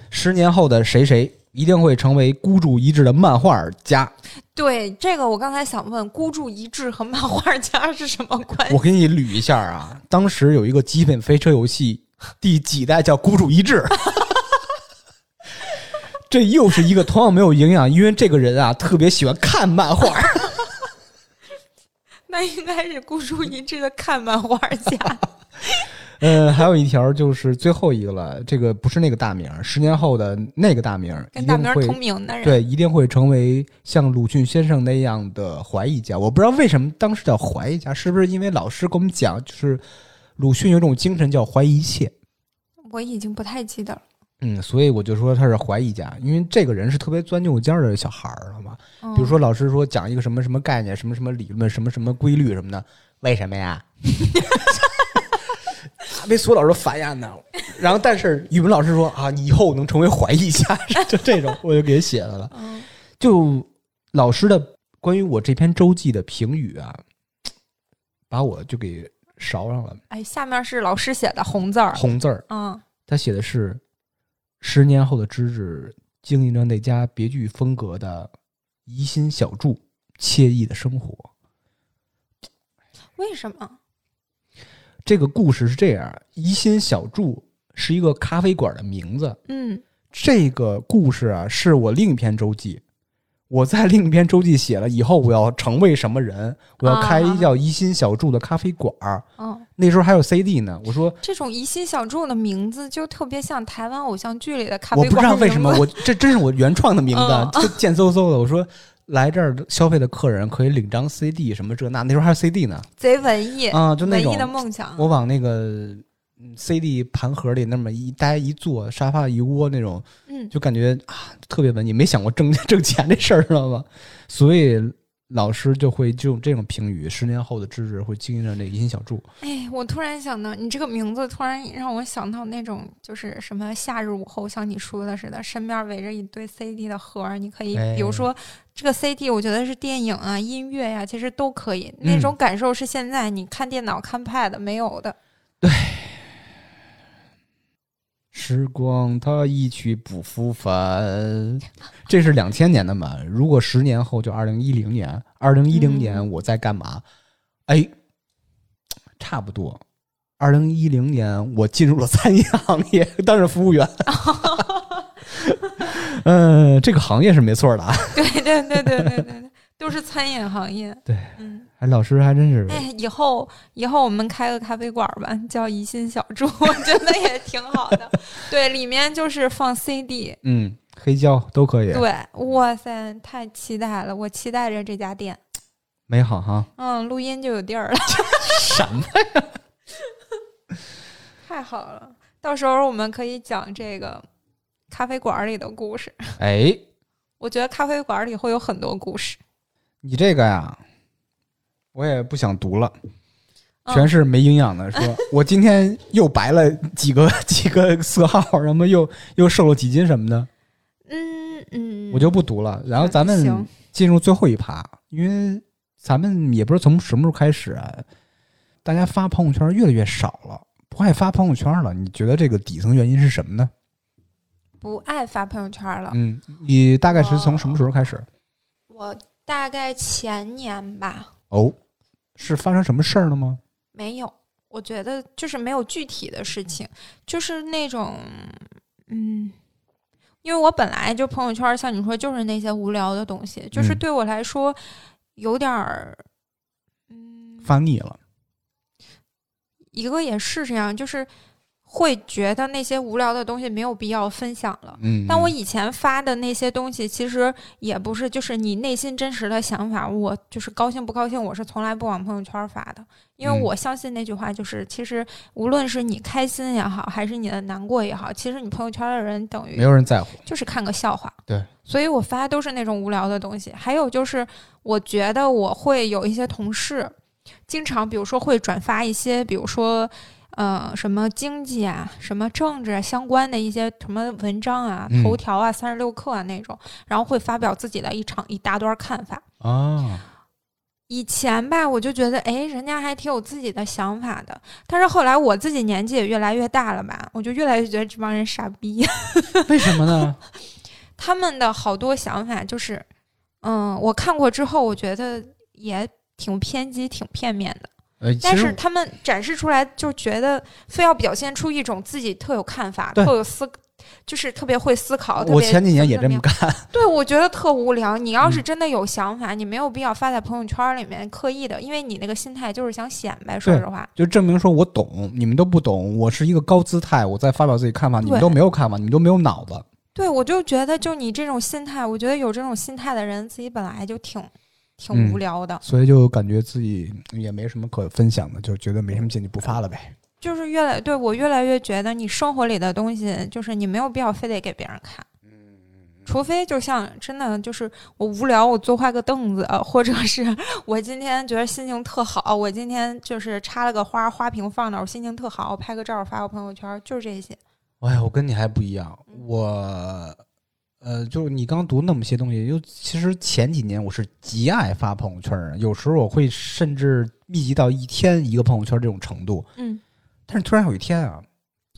[SPEAKER 2] 十年后的谁谁一定会成为孤注一掷的漫画家。
[SPEAKER 1] 对这个，我刚才想问，孤注一掷和漫画家是什么关系
[SPEAKER 2] 我？给你捋一下啊，当时有一个极品飞车游戏，第几代叫孤注一掷。 这又是一个同样没有营养，因为这个人啊特别喜欢看漫画。
[SPEAKER 1] 那应该是孤注一掷的看漫画 家。
[SPEAKER 2] 嗯，还有一条就是最后一个了，这个不是那个大名，十年后的那个大名
[SPEAKER 1] 跟
[SPEAKER 2] 一
[SPEAKER 1] 大
[SPEAKER 2] 定
[SPEAKER 1] 明
[SPEAKER 2] 会
[SPEAKER 1] 同名的人，
[SPEAKER 2] 对，一定会成为像鲁迅先生那样的怀疑家。我不知道为什么当时叫怀疑家，是不是因为老师给我们讲，就是鲁迅有一种精神叫怀疑一切。
[SPEAKER 1] 我已经不太记得了。
[SPEAKER 2] 嗯，所以我就说他是怀疑家，因为这个人是特别钻牛角尖儿的小孩儿，知道吗？
[SPEAKER 1] 嗯、
[SPEAKER 2] 比如说老师说讲一个什么什么概念、什么什么理论、什么什么规律什么的，为什么呀？ 还被所有老师都烦呀呢。然后，但是语文老师说啊，你以后能成为怀疑家， 就这种，我就给写了了。
[SPEAKER 1] 嗯，
[SPEAKER 2] 就老师的关于我这篇周记的评语啊，把我就给勺上了，
[SPEAKER 1] 哎，下面是老师写的红字儿，
[SPEAKER 2] 红字儿。
[SPEAKER 1] 嗯，
[SPEAKER 2] 他写的是十年后的芝芝经营着那家别具风格的宜心小筑，惬意的生活。
[SPEAKER 1] 为什么？
[SPEAKER 2] 这个故事是这样：宜心小筑是一个咖啡馆的名字。
[SPEAKER 1] 嗯，
[SPEAKER 2] 这个故事啊，是我另一篇周记。我在另一篇周记写了以后，我要成为什么人？我要开一叫宜心小筑的咖啡馆儿。
[SPEAKER 1] 哦，
[SPEAKER 2] 那时候还有 CD 呢，我说
[SPEAKER 1] 这种疑心小筑的名字就特别像台湾偶像剧里的咖
[SPEAKER 2] 我
[SPEAKER 1] 啡
[SPEAKER 2] 不知
[SPEAKER 1] 馆
[SPEAKER 2] 道
[SPEAKER 1] 名字。
[SPEAKER 2] 为什么，我这真是我原创的名字啊，
[SPEAKER 1] 嗯
[SPEAKER 2] 就贱嗖嗖的。我说来这儿消费的客人可以领张 CD 什么这那，那时候还有 CD 呢，
[SPEAKER 1] 贼文艺，
[SPEAKER 2] 啊，就那
[SPEAKER 1] 文
[SPEAKER 2] 种
[SPEAKER 1] 艺的梦想。
[SPEAKER 2] 我往那个嗯 CD 盘盒里那么一待一坐，沙发一窝那种，
[SPEAKER 1] 嗯，
[SPEAKER 2] 就感觉啊特别文艺，没想过挣挣钱 这事儿，知道吗？所以老师就会就用这种评语，十年后的知识会经营着那一心小筑。
[SPEAKER 1] 哎，我突然想到，你这个名字突然让我想到那种，就是什么夏日午后，像你说的似的，身边围着一堆 CD 的盒儿，你可以，比如
[SPEAKER 2] 哎
[SPEAKER 1] 说这个 CD，我觉得是电影啊、音乐呀、其实都可以。
[SPEAKER 2] 嗯
[SPEAKER 1] 那种感受是现在你看电脑、看 Pad 没有的。
[SPEAKER 2] 时光它一去不复返，这是两千年的嘛？如果十年后就二零一零年，二零一零年我在干嘛？哎，差不多。二零一零年我进入了餐饮行业， 担任服务员。嗯，这个行业是没错的啊。
[SPEAKER 1] 对对对对对对对，都是餐饮行业。
[SPEAKER 2] 对，
[SPEAKER 1] 嗯，
[SPEAKER 2] 哎，老师还真是
[SPEAKER 1] 哎，以后以后我们开个咖啡馆吧，叫宜心小筑，我觉得也挺好的。 对，里面就是放 CD。
[SPEAKER 2] 嗯，黑胶都可以，
[SPEAKER 1] 对，哇塞，太期待了！我期待着这家店，
[SPEAKER 2] 美好哈。
[SPEAKER 1] 嗯，录音就有地儿了，
[SPEAKER 2] 什么？
[SPEAKER 1] 太好了！到时候我们可以讲这个咖啡馆里的故事，
[SPEAKER 2] 哎，
[SPEAKER 1] 我觉得咖啡馆里会有很多故事。
[SPEAKER 2] 你这个呀，我也不想读了，
[SPEAKER 1] 嗯
[SPEAKER 2] 全是没营养 的。说我今天又白了几个 几个色号，然后又又瘦了几斤什么的，
[SPEAKER 1] 嗯嗯，
[SPEAKER 2] 我就不读了。然后咱们
[SPEAKER 1] 行
[SPEAKER 2] 进入最后一趴，因为咱们也不知道从什么时候开始啊，大家发朋友圈越来越少了，不爱发朋友圈了。你觉得这个底层原因是什么呢？
[SPEAKER 1] 不爱发朋友圈了。
[SPEAKER 2] 嗯，你大概是从什么时候开始？
[SPEAKER 1] 我大概前年吧，
[SPEAKER 2] 哦，是发生什么事儿了吗？
[SPEAKER 1] 没有，我觉得就是没有具体的事情，就是那种，嗯，因为我本来就朋友圈像你说就是那些无聊的东西，就是
[SPEAKER 2] 嗯
[SPEAKER 1] 对我来说有点儿，嗯，
[SPEAKER 2] 发腻了。
[SPEAKER 1] 一个也是这样，就是会觉得那些无聊的东西没有必要分享了。
[SPEAKER 2] 嗯，
[SPEAKER 1] 但我以前发的那些东西，其实也不是，就是你内心真实的想法。我就是高兴不高兴，我是从来不往朋友圈发的，因为
[SPEAKER 2] 嗯
[SPEAKER 1] 我相信那句话，就是其实无论是你开心也好，还是你的难过也好，其实你朋友圈的人等于
[SPEAKER 2] 没有人在乎。
[SPEAKER 1] 就是看个笑话。
[SPEAKER 2] 对，
[SPEAKER 1] 所以我发都是那种无聊的东西。还有就是，我觉得我会有一些同事，经常比如说会转发一些，比如说。呃，什么经济啊，什么政治啊相关的一些什么文章啊、
[SPEAKER 2] 嗯
[SPEAKER 1] 头条啊、三十六课啊那种，然后会发表自己的一场一大段看法。
[SPEAKER 2] 啊，
[SPEAKER 1] 以前吧，我就觉得，哎，人家还挺有自己的想法的。但是后来我自己年纪也越来越大了吧，我就越来越觉得这帮人傻逼。
[SPEAKER 2] 为什么呢？
[SPEAKER 1] 他们的好多想法就是，嗯，我看过之后，我觉得也挺偏激、挺片面的。
[SPEAKER 2] 呃，
[SPEAKER 1] 但
[SPEAKER 2] 其
[SPEAKER 1] 是
[SPEAKER 2] 实
[SPEAKER 1] 他们展示出来，就觉得非要表现出一种自己特有看法、
[SPEAKER 2] 对
[SPEAKER 1] 特有思，就是特别会思考。特
[SPEAKER 2] 我
[SPEAKER 1] 别
[SPEAKER 2] 前几年也
[SPEAKER 1] 怎
[SPEAKER 2] 这
[SPEAKER 1] 怎
[SPEAKER 2] 么嗯
[SPEAKER 1] 样。
[SPEAKER 2] 干。
[SPEAKER 1] 对，我觉得特无聊。你要是真的有想法，你没有必要发在朋友圈里面刻意的，因为你那个心态就是想显摆。说
[SPEAKER 2] 对
[SPEAKER 1] 实话，
[SPEAKER 2] 就证明说我懂，你们都不懂。我是一个高姿态，我在发表自己看法，你
[SPEAKER 1] 对
[SPEAKER 2] 们都没有看法，你们都没有脑子。
[SPEAKER 1] 对我就觉得，就你这种心态，我觉得有这种心态的人，自己本来就挺挺
[SPEAKER 2] 嗯
[SPEAKER 1] 无聊的。
[SPEAKER 2] 所以就感觉自己也没什么可分享的，就觉得没什么劲，就不发了呗。
[SPEAKER 1] 就是越来对我越来越觉得，你生活里的东西，就是你没有必要非得给别人看。除非就像真的就是我无聊，我坐坏个凳子，呃或者是我今天觉得心情特好，我今天就是插了个花，花瓶放那儿，我心情特好，我拍个照发个朋友圈，就是这些。
[SPEAKER 2] 哎呀，我跟你还不一样，
[SPEAKER 1] 嗯
[SPEAKER 2] 我呃，就是你刚读那么些东西，就其实前几年我是极爱发朋友圈儿，有时候我会甚至密集到一天一个朋友圈这种程度。
[SPEAKER 1] 嗯
[SPEAKER 2] 但是突然有一天啊，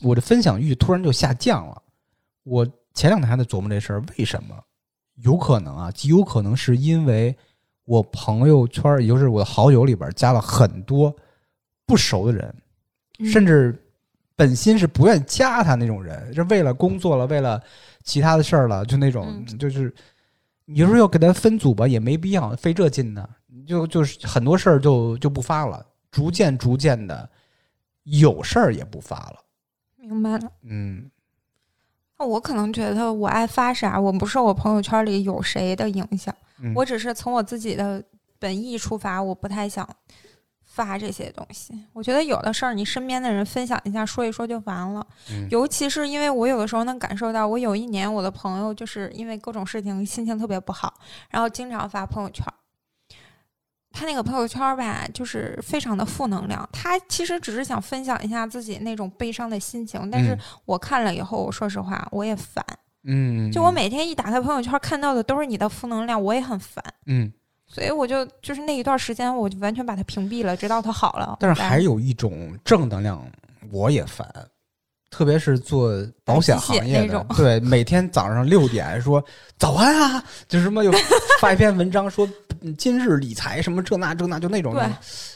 [SPEAKER 2] 我的分享欲突然就下降了。我前两天还在琢磨这事儿，为什么？有可能啊，极有可能是因为我朋友圈儿，也就是我的好友里边儿加了很多不熟的人，
[SPEAKER 1] 嗯
[SPEAKER 2] 甚至本心是不愿加他那种人，是为了工作了，为了其他的事儿了，就那种、就是，你说要给他分组吧，也没必要费这劲呢，就就是很多事儿就就不发了，逐渐逐渐的有事儿也不发了，
[SPEAKER 1] 明白了。
[SPEAKER 2] 嗯，
[SPEAKER 1] 那我可能觉得我爱发啥，我不受我朋友圈里有谁的影响，
[SPEAKER 2] 嗯
[SPEAKER 1] 我只是从我自己的本意出发，我不太想发这些东西。我觉得有的事儿，你身边的人分享一下，说一说就完了。
[SPEAKER 2] 嗯
[SPEAKER 1] 尤其是因为我有的时候能感受到，我有一年我的朋友就是因为各种事情心情特别不好，然后经常发朋友圈儿。他那个朋友圈儿吧，就是非常的负能量。他其实只是想分享一下自己那种悲伤的心情，但是我看了以后，我说实话，我也烦。
[SPEAKER 2] 嗯，
[SPEAKER 1] 就我每天一打开朋友圈儿看到的都是你的负能量，我也很烦。
[SPEAKER 2] 嗯，
[SPEAKER 1] 所以我就就是那一段时间，我就完全把它屏蔽了，直到它好了。
[SPEAKER 2] 但是还
[SPEAKER 1] 有
[SPEAKER 2] 有一种正能量，我也烦，特别是做保险行业
[SPEAKER 1] 机械那
[SPEAKER 2] 的
[SPEAKER 1] 种，
[SPEAKER 2] 对，每天早上六点说早安啊，就什么又发一篇文章说嗯今日理财什么这那这那，就那种
[SPEAKER 1] 对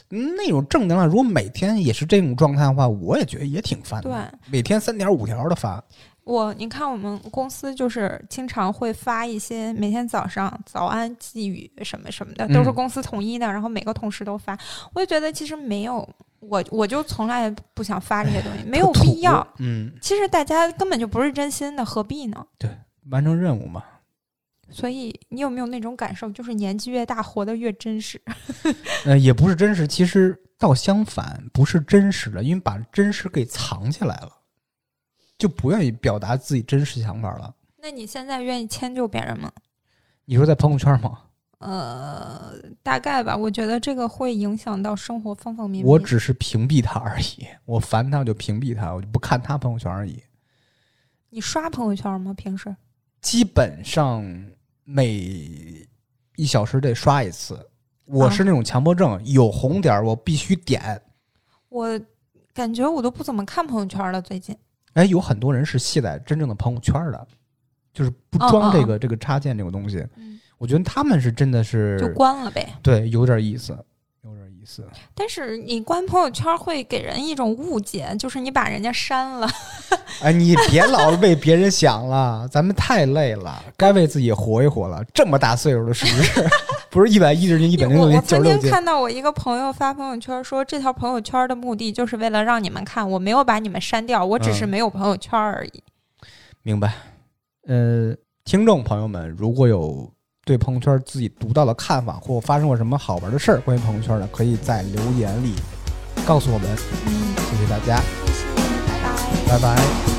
[SPEAKER 2] 嗯那种正能量。如果每天也是这种状态的话，我也觉得也挺烦的。
[SPEAKER 1] 对，
[SPEAKER 2] 每天三条五条的发，
[SPEAKER 1] 我，你看我们公司就是经常会发一些每天早上早安寄语什么什么的，都是
[SPEAKER 2] 嗯
[SPEAKER 1] 公司统一的，然后每个同事都发。我就觉得其实没有，我我就从来不想发这些东西，没有
[SPEAKER 2] 特土
[SPEAKER 1] 必要。。
[SPEAKER 2] 嗯，
[SPEAKER 1] 其实大家根本就不是真心的，何必呢？
[SPEAKER 2] 完成任务嘛。
[SPEAKER 1] 所以你有没有那种感受，就是年纪越大，活得越真实？
[SPEAKER 2] 呃，也不是真实，其实倒相反，不是真实的，因为把真实给藏起来了，就不愿意表达自己真实想法了。
[SPEAKER 1] 那你现在愿意迁就别人吗？
[SPEAKER 2] 你说在朋友圈吗？
[SPEAKER 1] 呃，大概吧，我觉得这个会影响到生活方方面面。
[SPEAKER 2] 我只是屏蔽他而已，我烦他我就屏蔽他，我就不看他朋友圈而已。
[SPEAKER 1] 你刷朋友圈吗？平时？
[SPEAKER 2] 基本上每一小时得刷一次。
[SPEAKER 1] 啊
[SPEAKER 2] 我是那种强迫症，有红点儿我必须点。
[SPEAKER 1] 我感觉我都不怎么看朋友圈了，最近。
[SPEAKER 2] 哎，有很多人是卸载真正的朋友圈的，就是不
[SPEAKER 1] 哦
[SPEAKER 2] 装
[SPEAKER 1] 哦
[SPEAKER 2] 这个、这个插件这个东西。
[SPEAKER 1] 嗯，
[SPEAKER 2] 我觉得他们是真的是
[SPEAKER 1] 就关了呗。
[SPEAKER 2] 对，有点意思，有点意思。
[SPEAKER 1] 但是你关朋友圈会给人一种误解，就是你把人家删了。
[SPEAKER 2] 哎，你别老为别人想了，咱们太累了，该为自己活一活了。这么大岁数了，是不是？ 不是一百一十斤、一百零
[SPEAKER 1] 我
[SPEAKER 2] 六
[SPEAKER 1] 我
[SPEAKER 2] 斤、九
[SPEAKER 1] 曾
[SPEAKER 2] 十六
[SPEAKER 1] 经
[SPEAKER 2] 斤，
[SPEAKER 1] 看到我一个朋友发朋友圈说，这条朋友圈的目的就是为了让你们看，我没有把你们删掉，我只是
[SPEAKER 2] 嗯
[SPEAKER 1] 没有朋友圈而已。
[SPEAKER 2] 明白？呃，听众朋友们，如果有对朋友圈自己独到的看法，或发生过什么好玩的事儿关于朋友圈的，可以在留言里告诉我们。
[SPEAKER 1] 嗯，
[SPEAKER 2] 谢谢大家，
[SPEAKER 1] 谢谢，拜拜。
[SPEAKER 2] 拜拜。